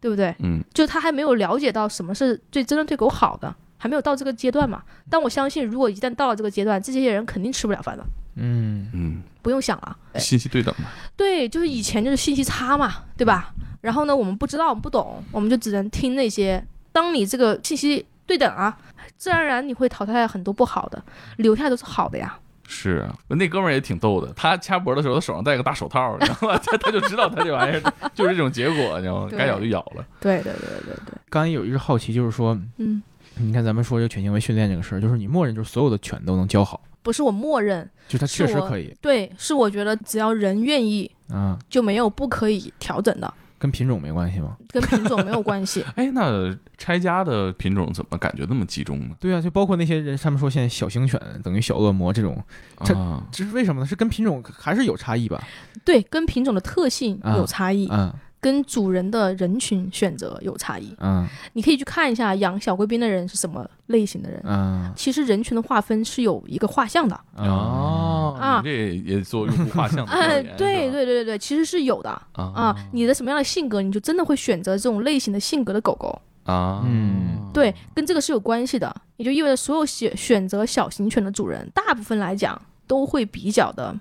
对不对？
嗯
就他还没有了解到什么是对真正对狗好的，还没有到这个阶段嘛。但我相信，如果一旦到了这个阶段，这些人肯定吃不了饭的，
嗯
嗯，
不用想了。哎
信息对等嘛。
对，就是以前就是信息差嘛，对吧？然后呢，我们不知道，我们不懂，我们就只能听那些。当你这个信息对等啊，自然而然你会淘汰很多不好的，留下都是好的呀。
是啊，那哥们儿也挺逗的。他掐脖的时候，他手上戴个大手套，你知道吗？ 他他就知道他这玩意儿就是这种结果，你知道吗？
对
该咬就咬了。
对对对对对，
刚才有一个好奇，就是说，
嗯，
你看咱们说这个犬行为训练这个事儿，就是你默认就是所有的犬都能教好，
不是我默认，
就是它
是
确实
我
可以，
对，是我觉得只要人愿意，
啊，
就没有不可以调整的，
跟品种没关系吗？
跟品种没有关 系。
哎，那拆家的品种怎么感觉那么集中呢？
对啊，就包括那些人，他们说现在小型犬等于小恶魔这种，这
啊，
这是为什么呢？是跟品种还是有差异吧？
对，跟品种的特性有差异，
嗯
跟主人的人群选择有差异。
嗯
你可以去看一下养小贵宾的人是什么类型的人。
嗯
其实人群的划分是有一个画像
啊
的，
啊
哦，
啊
你这也做用户画像的调
哎，
研
对对对对对，其实是有的啊。
哦
你的什么样的性格，你就真的会选择这种类型的性格的狗狗，
啊，
嗯
对，跟这个是有关系的。也就意味着所有选选择小型犬的主人，大部分来讲都会比较的，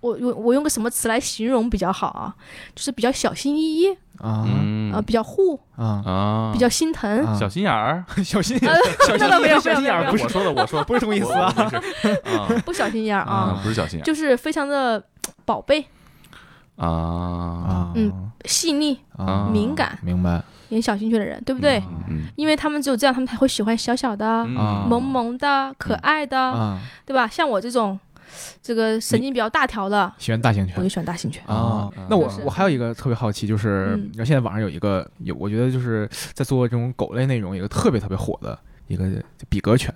我我我用个什么词来形容比较好啊？就是比较小心翼翼，
啊啊
啊，
嗯
比较护，
啊
啊
比较心疼。
啊
小心眼儿。
小心
啊
小
那
心
倒没有，没
小
有，
心
没有没
眼儿，
有
不是
我说的，我说
不是这么意思啊。
我我没事啊
不小心眼儿啊，
啊，不是小心眼
就是非常的宝贝、
儿啊
啊
嗯细腻、
啊
敏感、
明白
演小情趣的人，对不对？
嗯
因为他们只有这样，他们才会喜欢小小的、
嗯
萌萌的、可爱的，
啊，
对吧？像我这种，这个神经比较大条的，
喜欢大型
我
犬
就。喜欢大型犬。
啊
嗯，
那我
就是
我还有一个特别好奇，就是
嗯
现在网上有一个有，我觉得就是在做这种狗类内容，有一个特别特别火的一个比格犬，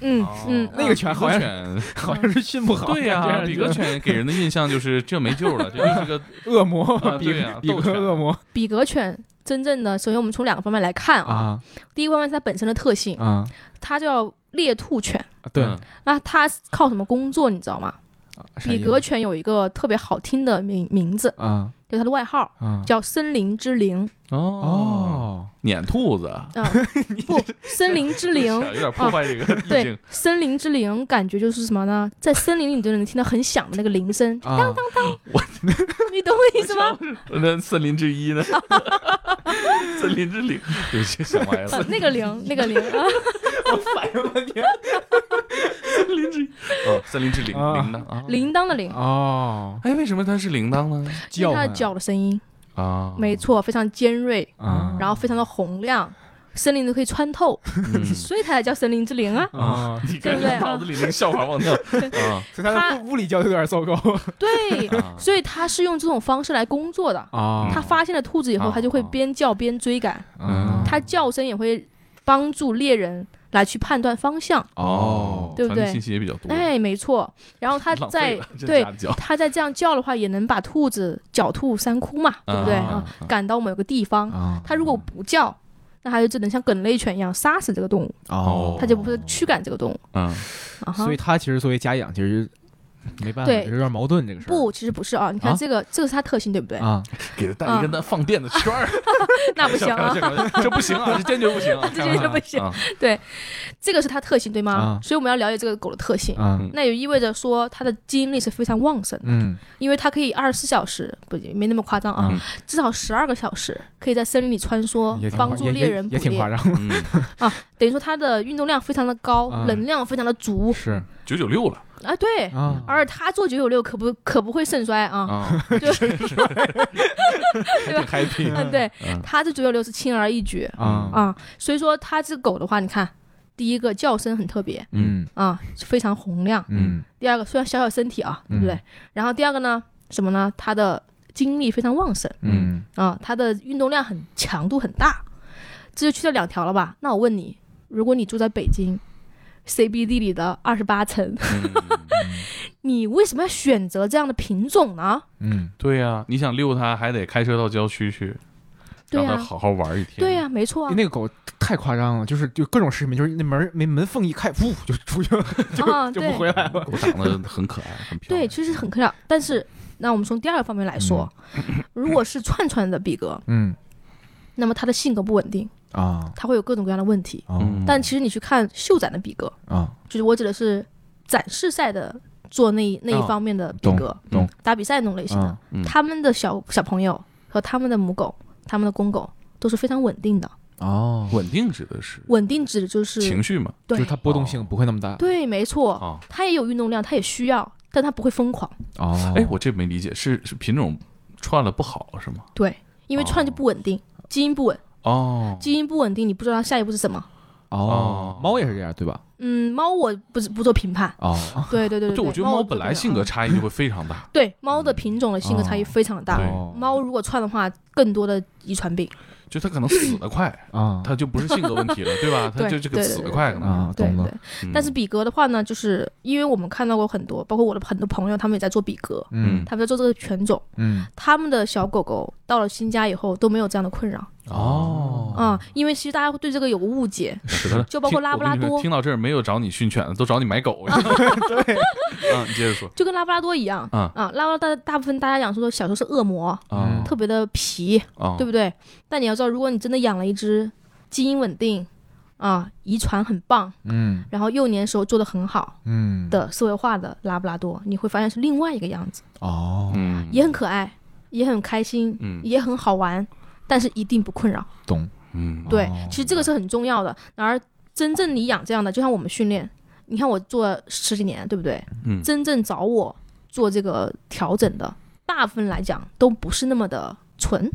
嗯
哦
嗯，
那个犬好像
比格犬
好像是训不好，
对呀、
感觉
比格犬给人的印象就是这没救了，这就是个
恶魔
啊，
比
对呀
比
斗
格
犬
恶魔
比格犬真正的，首先我们从两个方面来看啊，
啊
第一个方面是它本身的特性，
啊，
它叫猎兔犬。
对，
嗯
那它靠什么工作，你知道吗？
啥意
比
思
格犬有一个特别好听的名名字，
啊
就是它的外号，
啊
叫“森林之灵
哦，
哦
撵兔子”。
啊，不，“森林之灵
有点破坏这个”意
对
境，
“森林之灵”感觉就是什么呢？在森林里你就能听到很响的那个铃声，
啊
你懂我意思吗？
那森林之一呢？ 森林之灵，有些想歪
呃
了。
那个 铃，那个铃啊，
森林之一，哦，森林之灵，
啊
铃铛啊，
铃铛的铃，
哦，
哎，为什么它是铃铛呢？
因为它的
唤
叫的声音，
啊，
没错，非常尖锐，
啊
然后非常的洪亮，森林都可以穿透，
嗯
所以它才叫森林之 灵啊。
啊，
你看
对不对
脑子里那个笑话忘掉啊
所以它
它
的物物理教育有点糟糕
对，
啊
所以它是用这种方式来工作
哦
的。
啊
它发现了兔子以后，
啊
它就会边叫边追赶，
嗯
它叫声也会帮助猎人来去判断方向。
哦，
对不对
传递信息也比较多，
哎，没错。然后它
浪
在
费了这
对
家教
它在这样叫的话，也能把兔子狡兔三窟嘛，对不对
啊
啊？赶到某个地方，
啊
它如果不叫，那它就只能像梗类犬一样杀死这个动物，
哦
它就不会驱赶这个动物。
嗯
啊哈
哦所以，它其实作为家养，其实没办法，
对
有点矛盾这个事儿。
不，其实不是啊。你看
啊
这个，这个是它特性，对不对？
啊，
给它带一个那放电的圈儿，
那 不行
开玩
啊
笑，，开玩 笑这不行啊，这坚决不行啊，
这这这不 行。
啊
这个是它特性，对吗
啊？
所以我们要了解这个狗的特性。
嗯
那也意味着说，它的精力是非常旺盛的，
嗯
因为它可以二十四小时，不没那么夸张啊
嗯，
至少十二个小时可以在森林里穿梭
也，
哦
挺
帮助
也
猎 人捕
也挺夸
猎。
张，
嗯，
等于说它的运动量非常的高
啊，
能量非常的足
是
九九六了
啊，对。
啊
而它做九九六可不可不会肾衰啊？
啊，
就
还挺 happy，
嗯，对
嗯，
它这九九六是轻而易举
啊
啊，所以说它这狗的话，你看，第一个叫声很特别
嗯
啊，非常洪亮。
嗯
第二个虽然小小身体啊，对不对？
嗯
然后第二个呢，什么呢？它的精力非常旺盛
嗯
啊，它的运动量很强度很大，这就去掉两条了吧？那我问你，如果你住在北京 CBD 里的二十八层， 你为什么要选择这样的品种呢？
嗯
对呀，你想遛它，还得开车到郊区去，
对
让
呀、
它好好玩一天，
对呀、没错啊
嗯，，那个狗太夸张了，就是就各种视频，就是那门没门缝一开，呜就出去了，
啊，
就不
对
回来了。
狗长得很可爱，很漂
对，
亮，
其实很可爱。但是，那我们从第二个方面来说，如果是串串的比格，
嗯
那么它的性格不稳定，
啊
它会有各种各样的问题。
嗯，
但其实你去看秀展的比格，
啊
就是我指的是展示赛的做那一那一方面的比格，
哦懂懂
打比赛那种类型的，
啊
嗯
他们的小小朋友和他们的母狗、他们的公狗都是非常稳定的。
哦，
稳定指的是
稳定指的就是哦
情绪嘛，
就
对
哦是它波动
哦
性不会那么大。
对，没错，
啊，
它也有运动量，它也需要，但它不会疯狂，
哦
哎，我这没理解，是是品种串了不好是吗？
对，因
哦
为串就不稳定，基因不稳，
哦，
基因不稳定，你不知道它下一步是什么。
哦
哦，
猫也是这样对吧？
嗯，猫我不是不做评判，
哦
对对对
对，
对对，
我觉得猫
我不
本
做
来
评判
性格
嗯
差异就会非常 大，
对猫的品种的性格差异非常大，
哦
对
猫如果串的话，更多的遗传病。
就它可能死得快，
啊
它就不是性格问题了，对 吧？它
对
就这个
对
死
对
得
对
快可能。嗯
啊，
嗯对
懂了
对。，嗯但是比格的话呢，就是因为我们看到过很多，包括我的很多朋友，他们也在做比格，
嗯
他们在做这个犬种，
嗯
他们的小狗狗到了新家以后都没有这样的困扰
哦，
啊、因为其实大家会对这个有个误解，
是的，
就包括拉布拉
听我跟你说
多
听到这儿没有找你训犬的，都找你买 狗。对， 啊，你接着说
就跟拉布拉多一样
啊
拉布拉多大大部分大家养说小时候是恶魔，
啊
特别的皮，
啊，
对不对？但你要知道，如果你真的养了一只基因稳定啊、遗传很棒，
嗯
然后幼年时候做的很好
嗯
的社会化的拉布拉多，你会发现是另外一个样子。
哦
嗯，
也很可爱，也很开心，
嗯
也很好玩，但是一定不困扰。
懂
嗯，
对
哦，
其实这个是很重要的。然而，真正你养这样的，就像我们训练，你看我做十几年，对不对？
嗯
真正找我做这个调整的，大部分来讲都不是那么的纯，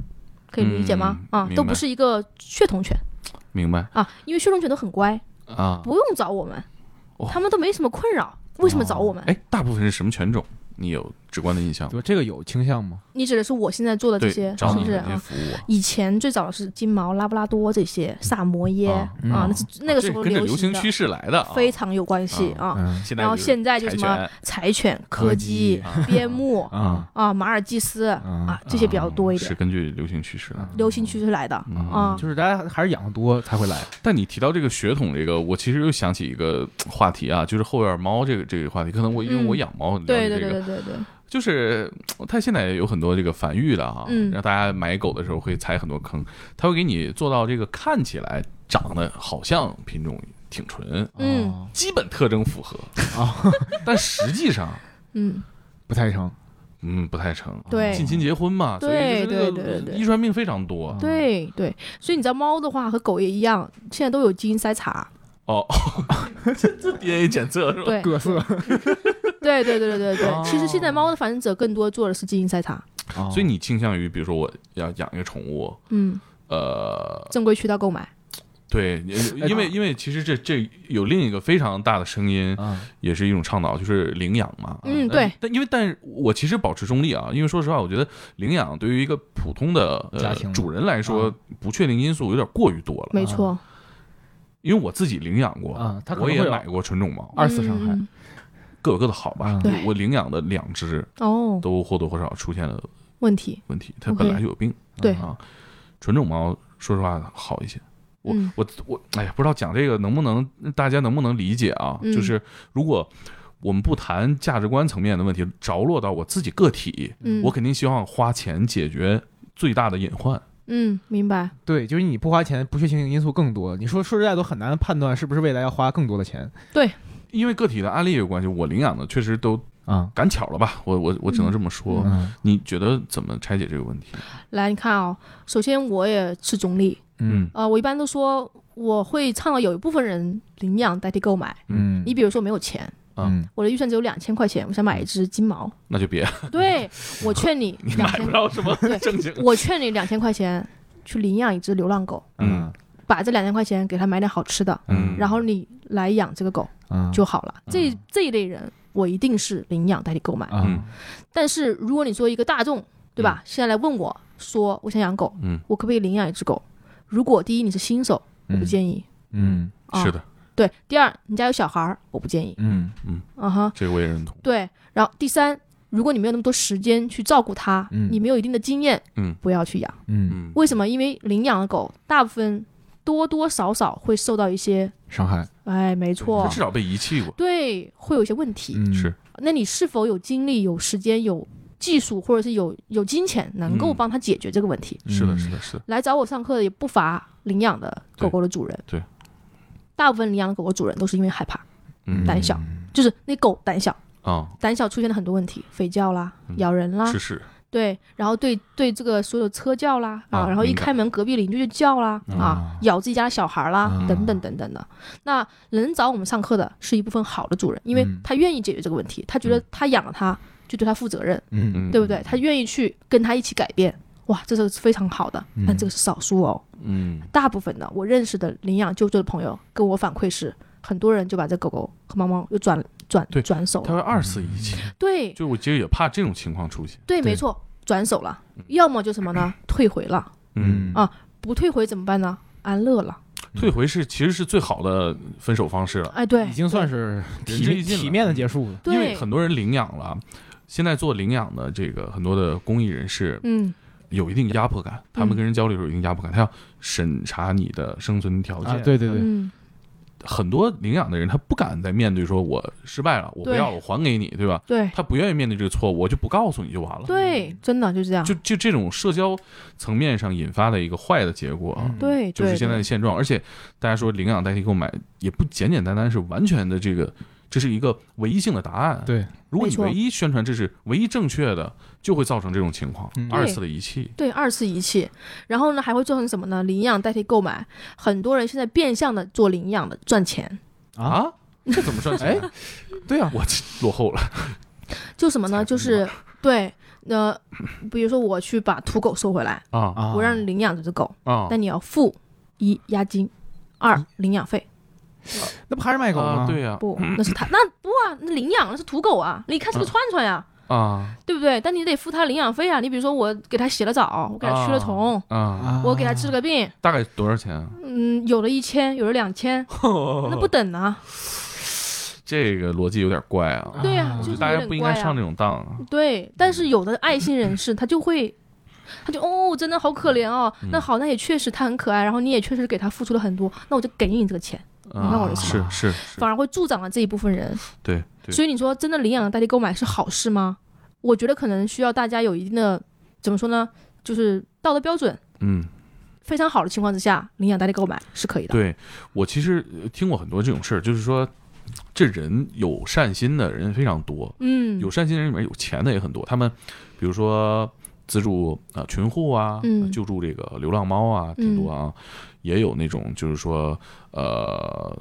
可以理解吗？
嗯
啊
明，白
都不是一个血统犬
明白
啊，因为血统犬都很乖，
啊。
不用找我们
哦，
他们都没什么困扰。为什么找我们？
哎，大部分是什么犬种？你有直观的印象吗？
对吧？这个有倾向吗？
你指的是我现在做的这
对，
些，
找
是
你
不是
的这些
啊？
服务啊，
以前最早是金毛、拉布拉多这些，萨摩耶
啊
啊，
嗯
那是那个
这
时候
跟着流
行
行
的
趋，势来的啊，
非常有关系啊。
嗯
现在
然后
是
现在就
柴
什么
犬
柴犬、柯基、
啊嗯
边牧
啊
啊、马尔济斯啊
啊，
这些比较多一
是
点，
根据流行趋势的。
流行趋势来的
嗯
啊。
就是大家还是养的多才会来。啊
但你提到这个血统，这个我其实又想起一个呃话题啊，就是后院猫这个这个话题。可能我因为
嗯
我养猫，了
对
解
对
这
对
个
对对对，
就是呃它现在有很多这个繁育的啊，
嗯
让大家买狗的时候会踩很多坑，它会给你做到这个看起来长得好像品种挺纯，
嗯
哦，
基本特征符 合
啊，
但实际上。
嗯，
不太成。
嗯，不太成。
对
近亲结婚嘛，所以
哎对
就是这个
对对对对
遗传病非常 多。
对对。所以你知道猫的话和狗也一样，现在都有基因筛查。
哦，这这 DNA 检测是吧？
对
各色，
对对对对对
哦
对。其实现在猫的繁殖者更多做的是基因筛查，
哦
所以你倾向于，比如说我要养一个宠物，
嗯，
呃，
正规渠道购买。
对，
哎
因为
啊
因为其实这这有另一个非常大的声音，
啊，
也是一种倡导，就是领养嘛。啊但
嗯对。
但因为但是我其实保持中立啊，因为说实话，我觉得领养对于一个普通的呃
家庭
主人来说
啊，
不确定因素有点过于多了。
没错，
因为我自己领养过
啊它可能
我也
会有啊
买过纯种猫，
二次伤害
嗯
各有各的好吧
啊。
对
我领养的两只，
哦，
都或多或少出现了
问题。
问题，它
OK
本来就有病。
对
啊，纯种猫说实话好一些。我、
嗯
我我，哎呀，不知道讲这个能不能大家能不能理解啊？
嗯
就是如果我们不谈价值观层面的问题，着落到我自己个体，
嗯，
我肯定希望花钱解决最大的隐患。
嗯明白。
对，就是你不花钱，不确定因素更多。你说说实在都很难判断是不是未来要花更多的钱
因为个体的案例有关系，我领养的确实都
啊。
赶巧了吧？我我我只能这么说。
嗯
你觉得怎么拆解这个问题？
来，你看啊、首先我也是中立，
嗯
呃，我一般都说我会倡导有一部分人领养代替购买。
嗯
你比如说没有钱，
嗯
我的预算只有两千块钱，我想买一只 金毛。
那就别
对，我劝你
你
两
买不
千，
着什么
对
正经。
我劝你两千块钱去领养一只流浪狗，
嗯
把这两千块钱给它买点好吃的，
嗯
然后你来养这个狗
啊
就好了。这这一类人，我一定是领养代替购买。
嗯
啊
但是如果你作为一个大众，对吧？现在来问我说我想养狗，
嗯，
我可不可以领养一只狗？如果第一你是新手，我不
嗯
建议。
嗯
啊
是的，
对，第二，你家有小孩儿，我不建议。
嗯
嗯哼，
这个我也认同。
对。然后第三，如果你没有那么多时间去照顾它，
嗯
你没有一定的经验，
嗯
不要去养。
嗯，
嗯，
为什么？因为领养的狗大部分多多少少会受到一些，
伤害
哎，
他
没错
至，少被遗弃过。
对，会有一些问题。
嗯
是
那你是否有精力、有时间、有技术，或者是有有金钱，能够
嗯
帮他解决这个问题？
是的，是的，是的，
来找我上课的也不乏领养的狗狗的主人。
对对
大部分领养的狗狗主人都是因为害怕、
嗯
胆小，就是那狗胆小。
啊，
胆小出现了很多问题，吠叫啦、咬人啦，
是是，
对，然后对对这个所有车叫啦啊，
啊
然后一
敏感
开门隔壁邻居就叫啦啊，咬自己家的小孩啦，
啊
等等等等的。那能找我们上课的是一部分好的主人，因为
嗯
他愿意解决这个问题，他觉得他养了他就对他负责任，
嗯
嗯，
对不对？他愿意去跟他一起改变，哇，这是非常好的，但这个是少数哦。
嗯，
大部分的我认识的领养救助的朋友跟我反馈是，很多人就把这狗狗和猫猫又转转
对
转手
他
了，
会二次遗弃，
对
就我其实也怕这种情况出现。
对，
对
没错，转手了，要么就什么呢？退回了，
嗯，
啊
不退回怎么办呢？安乐了，
退回是其实是最好的分手方式了，
哎，对，
已经算是
仁至
体
义尽了
体面的结束了。嗯
对
因为很多人领养了。现在做领养的这个很多的公益人士
嗯，
有一定压迫感，他们跟人交流有一定压迫感，他要审查你的生存条件。
啊对对对
嗯，
很多领养的人他不敢再面对说我失败了，我不
对
要了，我还给你，对吧？
对
他不愿意面对这个错误，我就不告诉你就完了。
对，真的就是这样，
就就这种社交层面上引发的一个坏的结果啊，
嗯对，
就是
对
现在的现状。而且大家说领养代替购买，也不简简单单是完全的这个这是一个唯一性的答案。，
对，
如果
没
你
错
唯一宣传这是唯一正确的，就会造成这种情况，
嗯
二次的遗弃。
对，二次遗弃，然后呢还会造成什么呢？领养代替购买，很多人现在变相的做领养的赚钱，
啊
啊，这怎么 赚钱？哎，对呀、我这落后了。
就什么呢？
财富
就是对，呃，比如说我去把土狗收回来，
啊
啊，
我让你领养这只狗，
啊！
但你要付一押金，二领养费。
那不还是卖狗吗？
啊，对呀、
不，那是他 那不啊，那领养那是土狗啊，你看是个
嗯
串串呀、
啊
对不对？但你得付他领养费啊。你比如说我给他洗了澡，我给他驱了虫，
啊
啊，
我给他治了个病，
大概多少钱啊？
嗯，有的一千，有的 两千，那不等啊。
这个逻辑有点怪啊。
对呀、
啊
我
就
觉得
是有
大家
点
不
怪
应该上
啊。
这种当啊。
对，但是有的爱心人士他就会。他就哦，真的好可怜哦。
嗯
那好，那也确实他很可爱，然后你也确实给他付出了很多，那我就给你这个钱，
啊
看我的
是
钱
是是，
反而会助长了这一部分人。
对对
所以你说真的领养代替购买是好事吗？我觉得可能需要大家有一定的怎么说呢，就是道德标准
嗯。
非常好的情况之下，领养代替购买是可以的。
对我其实呃听过很多这种事儿，就是说，这人有善心的人非常多，
嗯，
有善心的人里面有钱的也很多。他们比如说呃资助啊、呃群护啊，
嗯
救助这个流浪猫啊，挺多啊，也有那种就是说呃，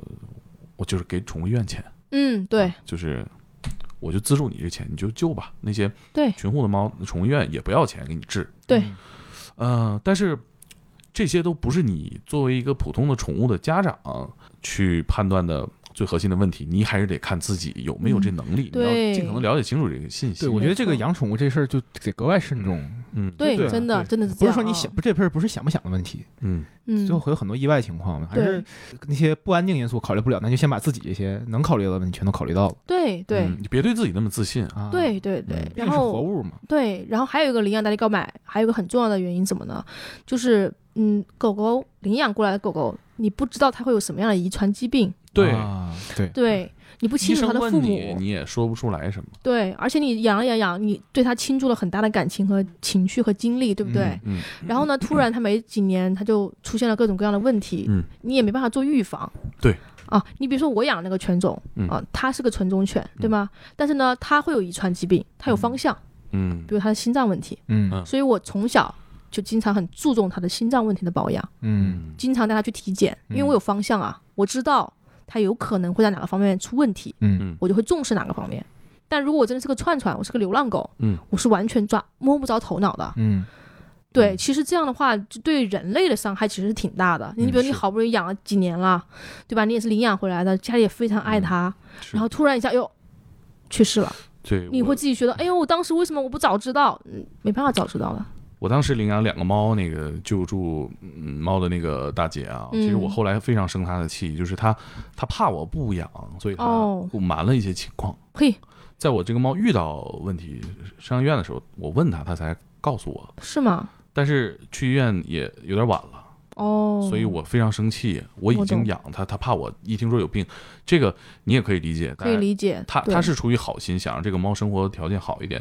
我就是给宠物医院钱，
嗯，对
就是。我就资助你这钱，你就救吧。那些
对
群护的猫，宠物医院也不要钱给你治。
对
嗯
呃，但是这些都不是你作为一个普通的宠物的家长去判断的最核心的问题，你还是得看自己有没有这能力，你
嗯对
要尽可能了解清楚这个信息。
对，我觉得这个
没错
养宠物这事儿就得格外慎重，
嗯
对
对啊
真的
对
真的是这
不是
样
说
啊
你想，不这事儿不是想不想的问题，
嗯，
嗯
最后会有很多意外情况嘛，还是
对
那些不安定因素考虑不了，那就先把自己这些能考虑到的问题全都考虑到了
对对
嗯你别对自己那么自信啊。
啊。
对对对
嗯，毕竟
然
是活
后
物嘛，
对，然后还有一个领养代替购买，还有一个很重要的原因什么呢？就是嗯，狗狗领养过来的狗狗，你不知道它会有什么样的遗传疾病，
对，
啊对，
对，你不
医
清楚
生
它的
问
父
你，
母，
你也说不出来什么，
对，而且你养了养养，你对它倾注了很大的感情和情绪和精力，对不对？
嗯
然后呢，突然它没几年，它就出现了各种各样的问题，
嗯
你也没办法做预防。
对
啊，你比如说我养那个犬种
嗯
啊，它是个纯种犬，对吗？但是呢，它会有遗传疾病，它有方向，
嗯
比如它的心脏问题，
嗯
所以我从小就经常很注重它的心脏问题的保养，
嗯，
经常带它去体检，因为
嗯
我有方向啊，我知道它有可能会在哪个方面出问题，
嗯
我就会重视哪个方面。但如果我真的是个串串，我是个流浪狗，
嗯，
我是完全抓摸不着头脑的，
嗯
对，
嗯
其实这样的话，就对人类的伤害其实是挺大的。你
嗯
比如你
是
好不容易养了几年了，对吧？你也是领养回来的，家里也非常
嗯
爱它，
是
然后突然一下哟去世了，
哎
对，
你
我
会自己觉得，哎呦，我当时为什么我不早知道？嗯，没办法早知道的。
我当时领养两个猫，那个救助嗯猫的那个大姐啊，
嗯
其实我后来非常生她的气，就是她她怕我不养，所以她
哦
隐瞒了一些情况。
嘿，
在我这个猫遇到问题上医院的时候，我问她，她才告诉我。
是吗？
但是去医院也有点晚了，
哦，
所以我非常生气。我已
我
经
懂
养它，它怕我一听说有病，这个你也可以理解。
可以
但
理解。
他
对
他是出于好心，想让这个猫生活条件好一点。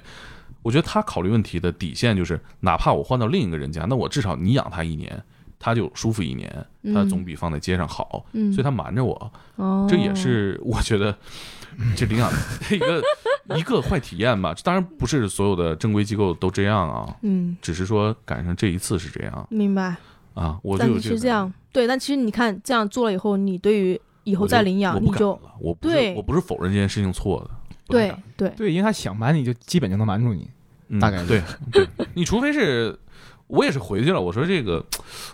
我觉得他考虑问题的底线就是，哪怕我换到另一个人家，那我至少你养它一年，它就舒服一年，它总比放在街上好。
嗯，
所以他瞒着我，
哦，
这也是我觉得 这领养一个 一个坏体验吧。当然不是所有的正规机构都这样啊，
嗯，
只是说赶上这一次是这样
明白。
啊。我就
但
有
你
个
是这样，对，但其实你看这样做了以后，你对于以
感觉，以
后再领养，
我
你
不敢
就
了，我不是
对
我不是否认这件事情错的，不太
对
敢
对
对，因为他想瞒你就基本就能瞒住你，
嗯
大概是
对 对，你除非是，我也是回去了，我说这个，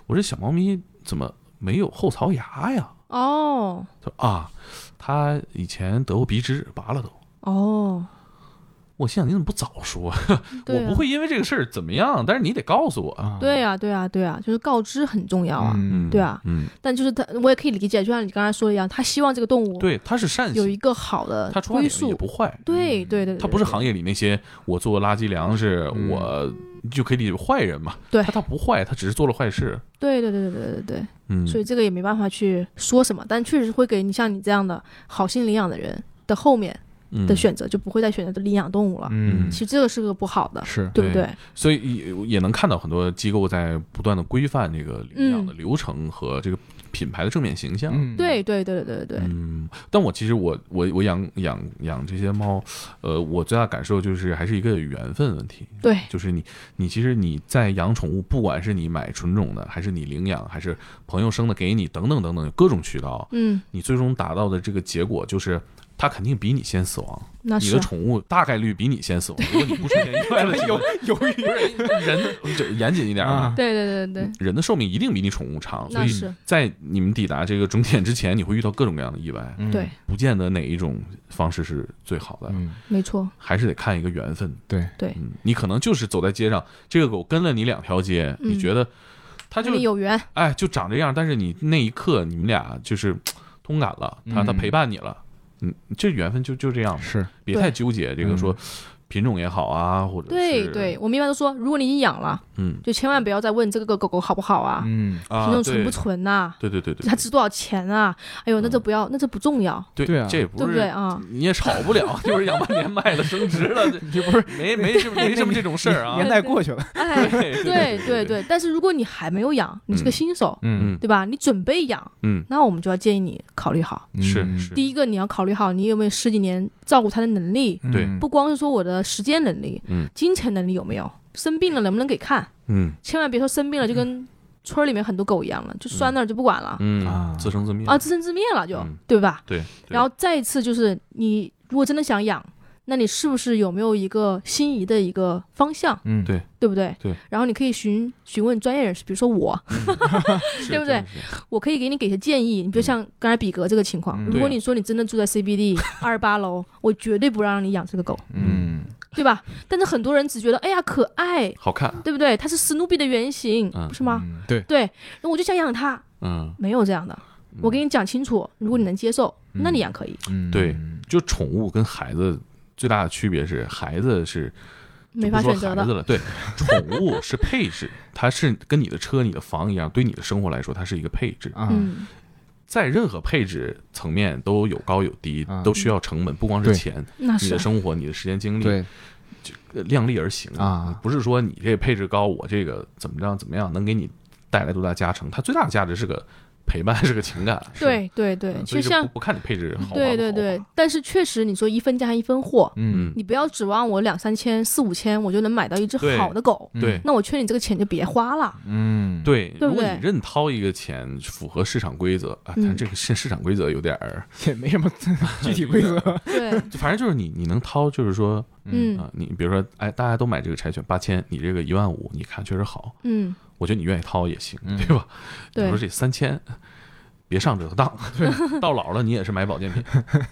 我说小猫咪怎么没有后槽牙呀？
哦
他说啊，它以前得过鼻支，拔了都。
哦，
我心想你怎么不早说？
对
我
啊
不会因为这个事儿怎么样，但是你得告诉我啊。
对呀、对呀、对呀、就是告知很重要啊。
嗯
对啊，
嗯，
但就是他，我也可以理解，就像你刚才说的一样，他希望这个动物
对，它是善
有一
心，
个好的
它出发
归
点也
宿。
不坏，
对对对，
它不是行
业，
业里那些我做垃圾粮食，
嗯
我就可以理解为坏人嘛。
对
它它不坏，它只是做了坏事。
对对对对对对对，
嗯，
所以这个也没办法去说什么，但确实会给你像你这样的好心领养的人的后面
嗯
的选择，就不会再选择领养动物了。
嗯
嗯，
其实这个是个不好的，
是
对不
对嗯
对？
所以也也能看到很多机构在不断的规范这个领养的流程和这个品牌的正面形象。
嗯
对对对对对对，
嗯，但我其实我我我养养养这些猫，呃，我最大感受就是还是一个缘分问题。
对
就是你你其实你在养宠物，不管是你买纯种的，还是你领养，还是朋友生的给你，等等等等各种渠道，
嗯，
你最终达到的这个结果就是。它肯定比你先死亡，
那
你
是
的
啊
宠物大概率比你先死亡。如果你不出现意外的 情况，
犹豫，
人就 严谨一点啊
啊，
对对对对，
人的寿命一定比你宠物长，所
嗯那
以
是
在你们抵达这个终点之前，你会遇到各种各样的意外，
嗯
对，
不见得哪一种方式是最好的，
嗯，
没错，
还是得看一个缘分。
对
对
嗯，你可能就是走在街上，这个狗跟了你两条街，
嗯
你觉得它
跟
就
你有缘，
哎就长这样，但是你那一刻你们俩就是嘖通感了，它
嗯
它陪伴你了，嗯，这缘分就就这样吧，
是
别太纠结这个
嗯
说品种也好啊，或者
对
是
对，，我们一般都说，如果你已经养了，
嗯
就千万不要再问这个狗狗好不好啊，
嗯，
啊，
品种
对
纯 不纯呐、
对对对对，
它值多少钱啊？哎呦，那这不要，那这不重要，
对
对啊
这也
对
不
不
是
对 啊？
你也吵不 了，就是养半年卖了升值了，这
这不是
没没这没什么这种事儿啊。
年代过去了，
哎，
对
对 对对，但是如果你还没有养，你是
嗯
个新手，
嗯
对吧？你准备养，
嗯，
那我们就要建议你考虑好。
嗯
是是，
第一个，你要考虑好你有没有十几年照顾它的能力，
嗯
对
不光是说我的时间能力，
嗯，
金钱能力有没有？生病了能不能给看？
嗯
千万别说生病了就跟村儿里面很多狗一样了，就拴那儿就不管了，
嗯
啊
自生自灭
啊，自生自灭了就，
嗯
对吧？
对，对
然后再一次就是，你如果真的想养，那你是不是有没有一个心仪的一个方向？
嗯
对
对不对？
对。
然后你可以询询问专业人士，比如说我，
是
对不对？
是是
我可以给你给些建议。你比如像刚才比格这个情况，
嗯
如果
嗯对啊
你说你真的住在 CBD 二十八楼，我绝对不让你养这个狗，
嗯
对吧？但是很多人只觉得，哎呀可爱，
好看，
对不对？它是史努比的原型，
嗯
不是吗？
嗯对，
对，那我就想养它，
嗯，
没有这样的。我给你讲清楚，如果你能接受，
嗯
那你养可以，
嗯
对就宠物跟孩子。最大的区别是，孩子是
没法
就不说
选择
孩子
的。
了，对，宠物是配置，它是跟你的车、你的房一样，对你的生活来说，它是一个配置。
啊，
嗯，
在任何配置层面都有高有低
啊，
都需要成本，不光是
对
钱，
那
你
是啊
的生活、你的时间精力，
对
呃量力而行，
啊，
不是说你这配置高，我这个怎么样怎么样能给你带来多大加成？它最大的价值是个陪伴，是个情感。
对对对，
嗯，所
其实
以就
像
不不看你配置好不好
对对对，，但是确实你说一分家一分货，
嗯
嗯，
你不要指望我两三千、四五千我就能买到一只
对
好的狗，
嗯
对
那我劝你这个钱就别花了。
嗯
对，
对
如
不
果
对
你认掏一个钱符合市场规则啊，
嗯
但这个市市场规则有点儿，
也没什么 具体规则，
对，
就反正就是你你能掏，就是说
嗯
啊，你比如说哎，大家都买这个柴犬八千，你这个一万五，你看确实好，
嗯，
我觉得你愿意掏也行，
嗯
对吧？比如
对
说这三千，别上这个当， 到老了你也是买保健品，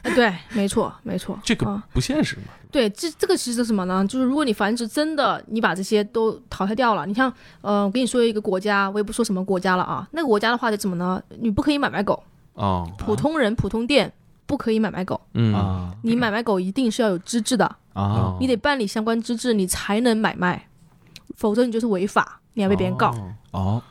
呃对，没错没错，
这个
啊，
不现实嘛。
对，这这个其实是什么呢？就是如果你繁殖真的你把这些都淘汰掉了，你像呃，我跟你说一个国家，我也不说什么国家了啊，那个国家的话就怎么呢？你不可以买卖狗，
哦，
普通人、普通店不可以买卖狗，
嗯
啊
你买卖狗一定是要有资质的，
哦
啊，
你得办理相关资质，你才能买卖，否则你就是违法，你要被别人告。
哦
哦，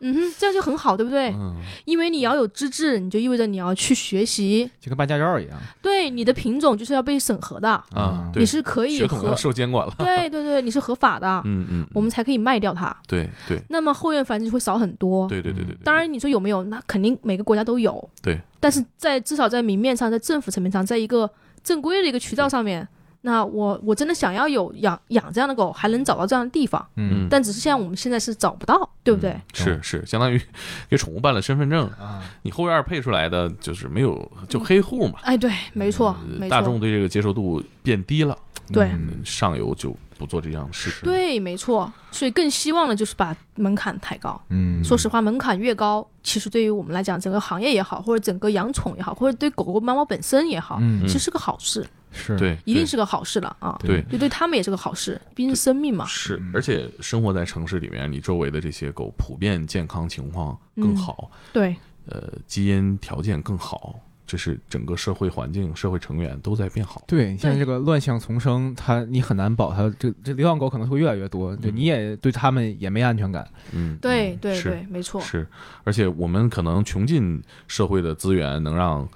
嗯哼，这样就很好，对不对？
嗯
因为你要有资质，你就意味着你要去学习，
就跟办驾照一样
对你的品种就是要被审核的，
啊，对
你是可以
血统
合
要，受监管了。
对对对，你是合法的，
嗯嗯，
我们才可以卖掉它。
对对
那么后院繁殖会少很多。
对对对对，对
当然，你说有没有？那肯定每个国家都有。
对。
但是在至少在明面上，在政府层面上，在一个正规的一个渠道上面，那我我真的想要有养养这样的狗，还能找到这样的地方。
嗯，
但只是现在我们现在是找不到，对不对？
嗯是是，相当于 给宠物办了身份证，
啊，
你后院配出来的就是没有就黑户嘛，
哎，对，没错，没
呃大
错
众，对这个接受度变低了，
对
嗯上游就不做这样的事情。
对，没错。所以更希望的就是把门槛抬高。
嗯，
说实话，门槛越高，其实对于我们来讲，整个行业也好，或者整个养宠也好，或者对狗狗、猫猫本身也好，
嗯
其实是个好事，
是
对，
一定
对
是个好事了啊。
对
就对他们也是个好事，毕竟是生命嘛。
是，而且生活在城市里面，你周围的这些狗普遍健康情况更
嗯
好，
对，
呃，基因条件更好，这是整个社会环境、社会成员都在变好。
对，现在
对
这个乱象丛生，它你很难保它这这流浪狗可能会越来越多，对，
嗯
你也对它们也没安全感。
嗯，
对，
嗯
对，
是
对，没错。
是，而且我们可能穷尽社会的资源，能让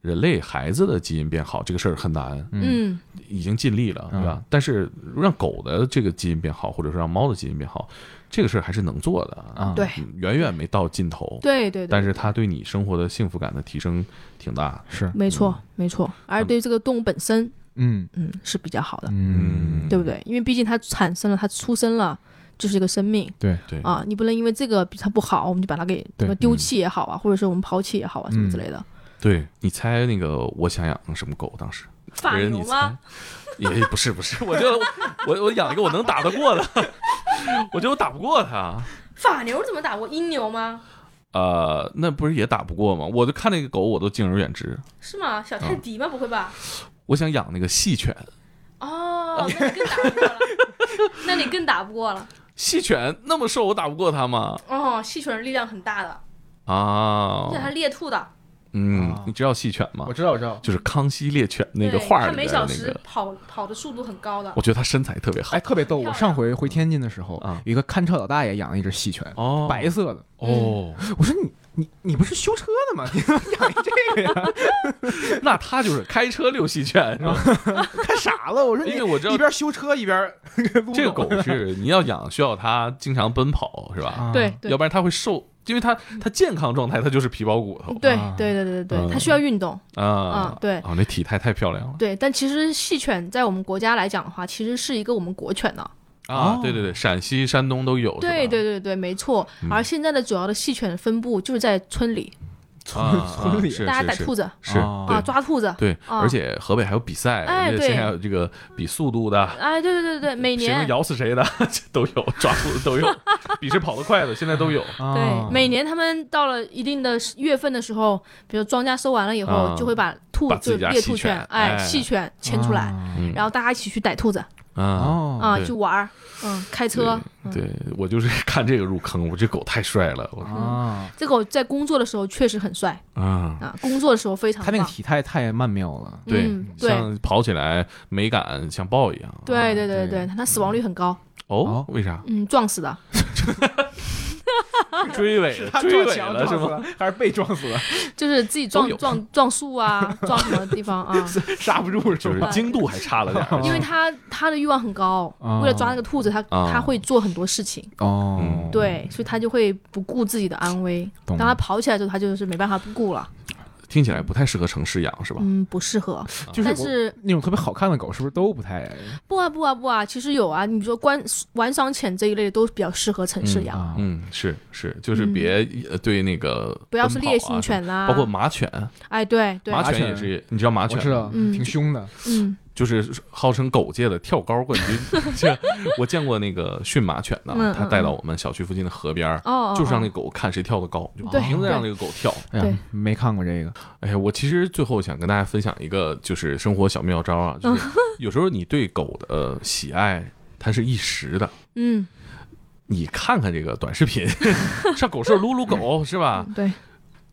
人类孩子的基因变好这个事儿很难，
嗯，
已经尽力了，对吧？但是让狗的这个基因变好，或者是让猫的基因变好，这个事儿还是能做的
啊
对
嗯远远没到尽头。
对对对，
但是它对你生活的幸福感的提升挺大。
是，
没错
嗯
没错，而且对这个动物本身，
嗯
嗯，是比较好的，
嗯，
对不对？因为毕竟它产生了，它出生了。就是一个生命
对，
对，嗯
啊，你不能因为这个比它不好，我们就把它给
对
什么丢弃也好啊，或者是我们抛弃也好啊，什么之类的。
对你猜那个我想养什么狗？当时
法
人
牛
你猜
吗？，
也不是不是， 我就我我养一个我能打得过的， 我觉得我打不过它。
法牛怎么打过阴牛吗？
呃，那不是也打不过吗？我就看那个狗，我都敬而远之。
是吗？小
嗯
泰迪吗？不会吧？
我想养那个细犬，
哦，那你更打不过了，那你更打不过了。
细犬那么瘦，我打不过它吗？
哦，细犬力量很大的，
啊
而且，它猎兔的，
嗯
啊，
你知道细犬吗
我？知道，我知道。
就是《康熙猎犬》那个
对
画
它
里
每
边
小
的
时
那个，
跑跑的速度很高的
我。觉得它身材特别好
哎，。特别逗！我上回回天津的时候
啊，
有一个看车老大爷养了一只细犬，
哦，
白色的。
哦，
我说你你你不是修车的吗？你 怎么养一这个呀？
那它就是开车遛细犬是吧？
看傻了！我说你
因为哎我知道
一边修车一 边撸
这个狗是你要养，需要它经常奔跑是吧？
啊
对对嗯
要不然它会瘦，因为它它健康状态它就是皮包骨头
对
啊
对对对对
嗯
对，它需要运动
啊
啊。。对
哦，那体态太漂亮了
对，但其实细犬在我们国家来讲的话，其实是一个我们国犬呢。
啊
哦！
对对对，陕西、山东都有，
嗯对对
对，
对对，没错。
嗯
而现在的主要的细犬分布就是在村里，
啊
村里
啊是
大家
是
逮
是
兔子
是
啊
啊，
对
抓兔子。
对，
啊
而且河北还有比赛，
哎
人家
对
现在有这个比速度的，
哎，对对对对，每
谁能
年
咬死谁的 这都有，抓 住的都有，比谁跑得快的现在都有。
啊
哦
对每年他们到了一定的月份的时候，比如庄稼收完了以后
啊，
就会把兔
把自
就
己家
猎
细
兔
犬
犬哎
哎
细犬牵出来，
嗯
然后大家一起去逮兔子
啊，
啊哦
啊，
对
去玩儿，嗯，开车。嗯
对我就是看这个入坑，我这狗太帅了，我
啊，
这个我在工作的时候确实很帅
啊，
啊，工作的时候非常
它
棒。
那个体态太曼妙了，
对
嗯，对
像啊跑起来美感像豹一样。
对对对
对
对，他死亡率很高，
哦
哦，
为啥
嗯，撞死的，
追尾追尾了是吗？
吗？还是被撞死了？
就是自己
都
撞
有
撞 撞树 啊，撞什么地方啊？
刹不住是
就是
吧？
精度还差了点 儿。
因为他他的欲望很高，
哦
为了抓那个兔子，他
哦
他会做很多事情，
嗯
哦，
对，所以他就会不顾自己的安危。
懂
当他跑起来之后，他就是没办法不顾了，
听起来不太适合城市养是吧？
嗯，不适 合。
就是
但
我
是
那种特别好看的狗，是不是都不太
不啊不啊不啊，其实有啊，你比如说观玩赏犬这一类的都比较适合城市养，
啊？
嗯，是是，就是别呃对那个
嗯不要是
奔跑啊
烈性犬啦，
包括马犬，
哎对对，
马
犬
也是，你知道马
我
犬
知道，
嗯
挺凶的。
嗯
就是号称狗界的跳高冠军。 这我见过那个驯马犬的
嗯，
他带到我们小区附近的河边儿，
哦，哦
就是让那
哦
狗看谁跳得高，就不啊
对
停的让那
对
个狗跳。
哎呀
对，
没看过这个，
哎呀，我其实最后想跟大家分享一个就是生活小妙招啊， 就是有时候你对狗的呃喜爱，它是一时的。
嗯
你看看这个短视 频，上狗舍撸撸
嗯
狗是吧？
对。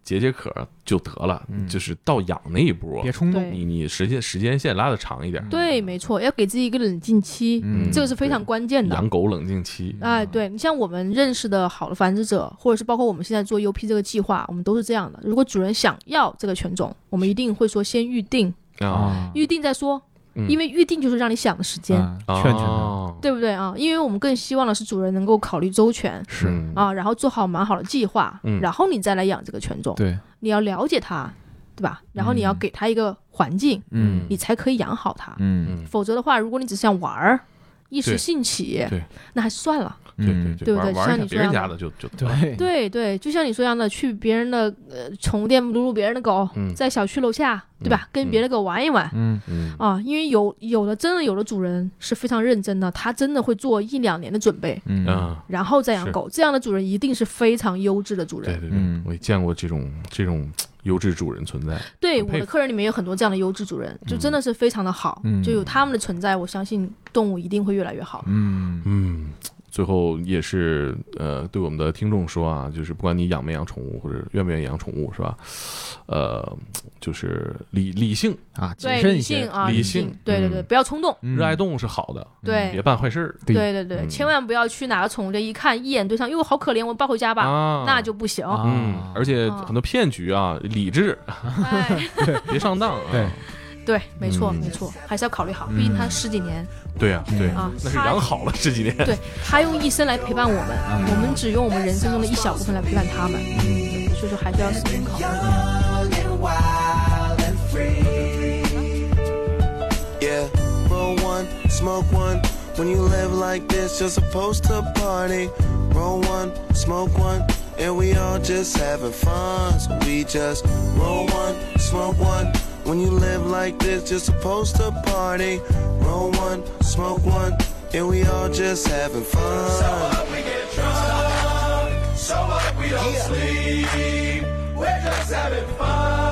解解渴就得了，
嗯
就是到养那一波
别，冲动
对。
你你时间时间线拉的长一点，
对，没错，要给自己一个冷静期，
嗯
这个是非常关键的
养。狗冷静期。
哎，对你像我们认识的好的繁殖者，或者是包括我们现在做 UP 这个计划，我们都是这样的。如果主人想要这个犬种，我们一定会说先预定，
啊，
啊，
预定再说，
嗯
因为预定就是让你想的时间，
啊劝劝他，
哦
对不对啊？因为我们更希望的是主人能够考虑周全
是，
嗯
啊，然后做好蛮好的计划，
嗯
然后你再来养这个犬种，
对，
你要了解它，对吧？然后你要
嗯
给它一个环境，
嗯
你才可以养好它。
嗯
嗯，
否则的话，如果你只是想玩儿，一时
对
兴起
对，哎
那还是算了。
对嗯对
对不
玩
对
玩
像
一下
你
别
说
人
的
家的就就得了
嗯对对
对对，就像你说一样的，去别人的呃宠物店撸撸别人的狗，
嗯
在小区楼下，对吧？跟别的狗玩一玩。
嗯
嗯
啊，因为有有的真的有的主人是非常认真的，他真的会做一两年的准备，
嗯
啊，
然后再养
是
狗。这样的主人一定是非常优质的主
对
人。
对对
嗯，
我也见过这种这种优质主人存在。
对
很
我
佩
的客人里面有很多这样的优质主人，就真的是非常的好。
嗯
就有他们的存在，我相信动物一定会越来越好。
嗯
嗯，最后也是呃，对我们的听众说啊，就是不管你养没养宠物，或者愿不愿意养宠物，是吧？呃，就是理理性、
啊，谨
对
慎
理
一些
性，啊，
理
理
性
性，对对对，
嗯
不要冲动，
嗯
热爱动物是好的，
对
别办坏事儿
对
对对对，
嗯
千万不要去哪个宠物店一看一眼对上，哟，好可怜，我抱回家吧，
啊，
那就不行。
啊
嗯，而且
啊
很多骗局啊，理智，
哎，
别上当啊。
对
对，没错
嗯
没错，还是要考虑好，
嗯
毕竟他十几年
对啊，对
啊，
那是
他
养嗯好了这几年。
对他用一生来陪伴我们，我们只用我们人生中的一小部分来陪伴他们，
嗯
所以说还是要慎重考虑。
Yeah, roll one, smoke one. When you live like this, you're supposed to party. Roll one, smoke one, and we all just having fun. So we just roll one, smoke one. When you live like this, you're supposed to party. Roll one, smoke one, and we all just having fun. So up, we get drunk. So up, we don't sleep. We're just having fun.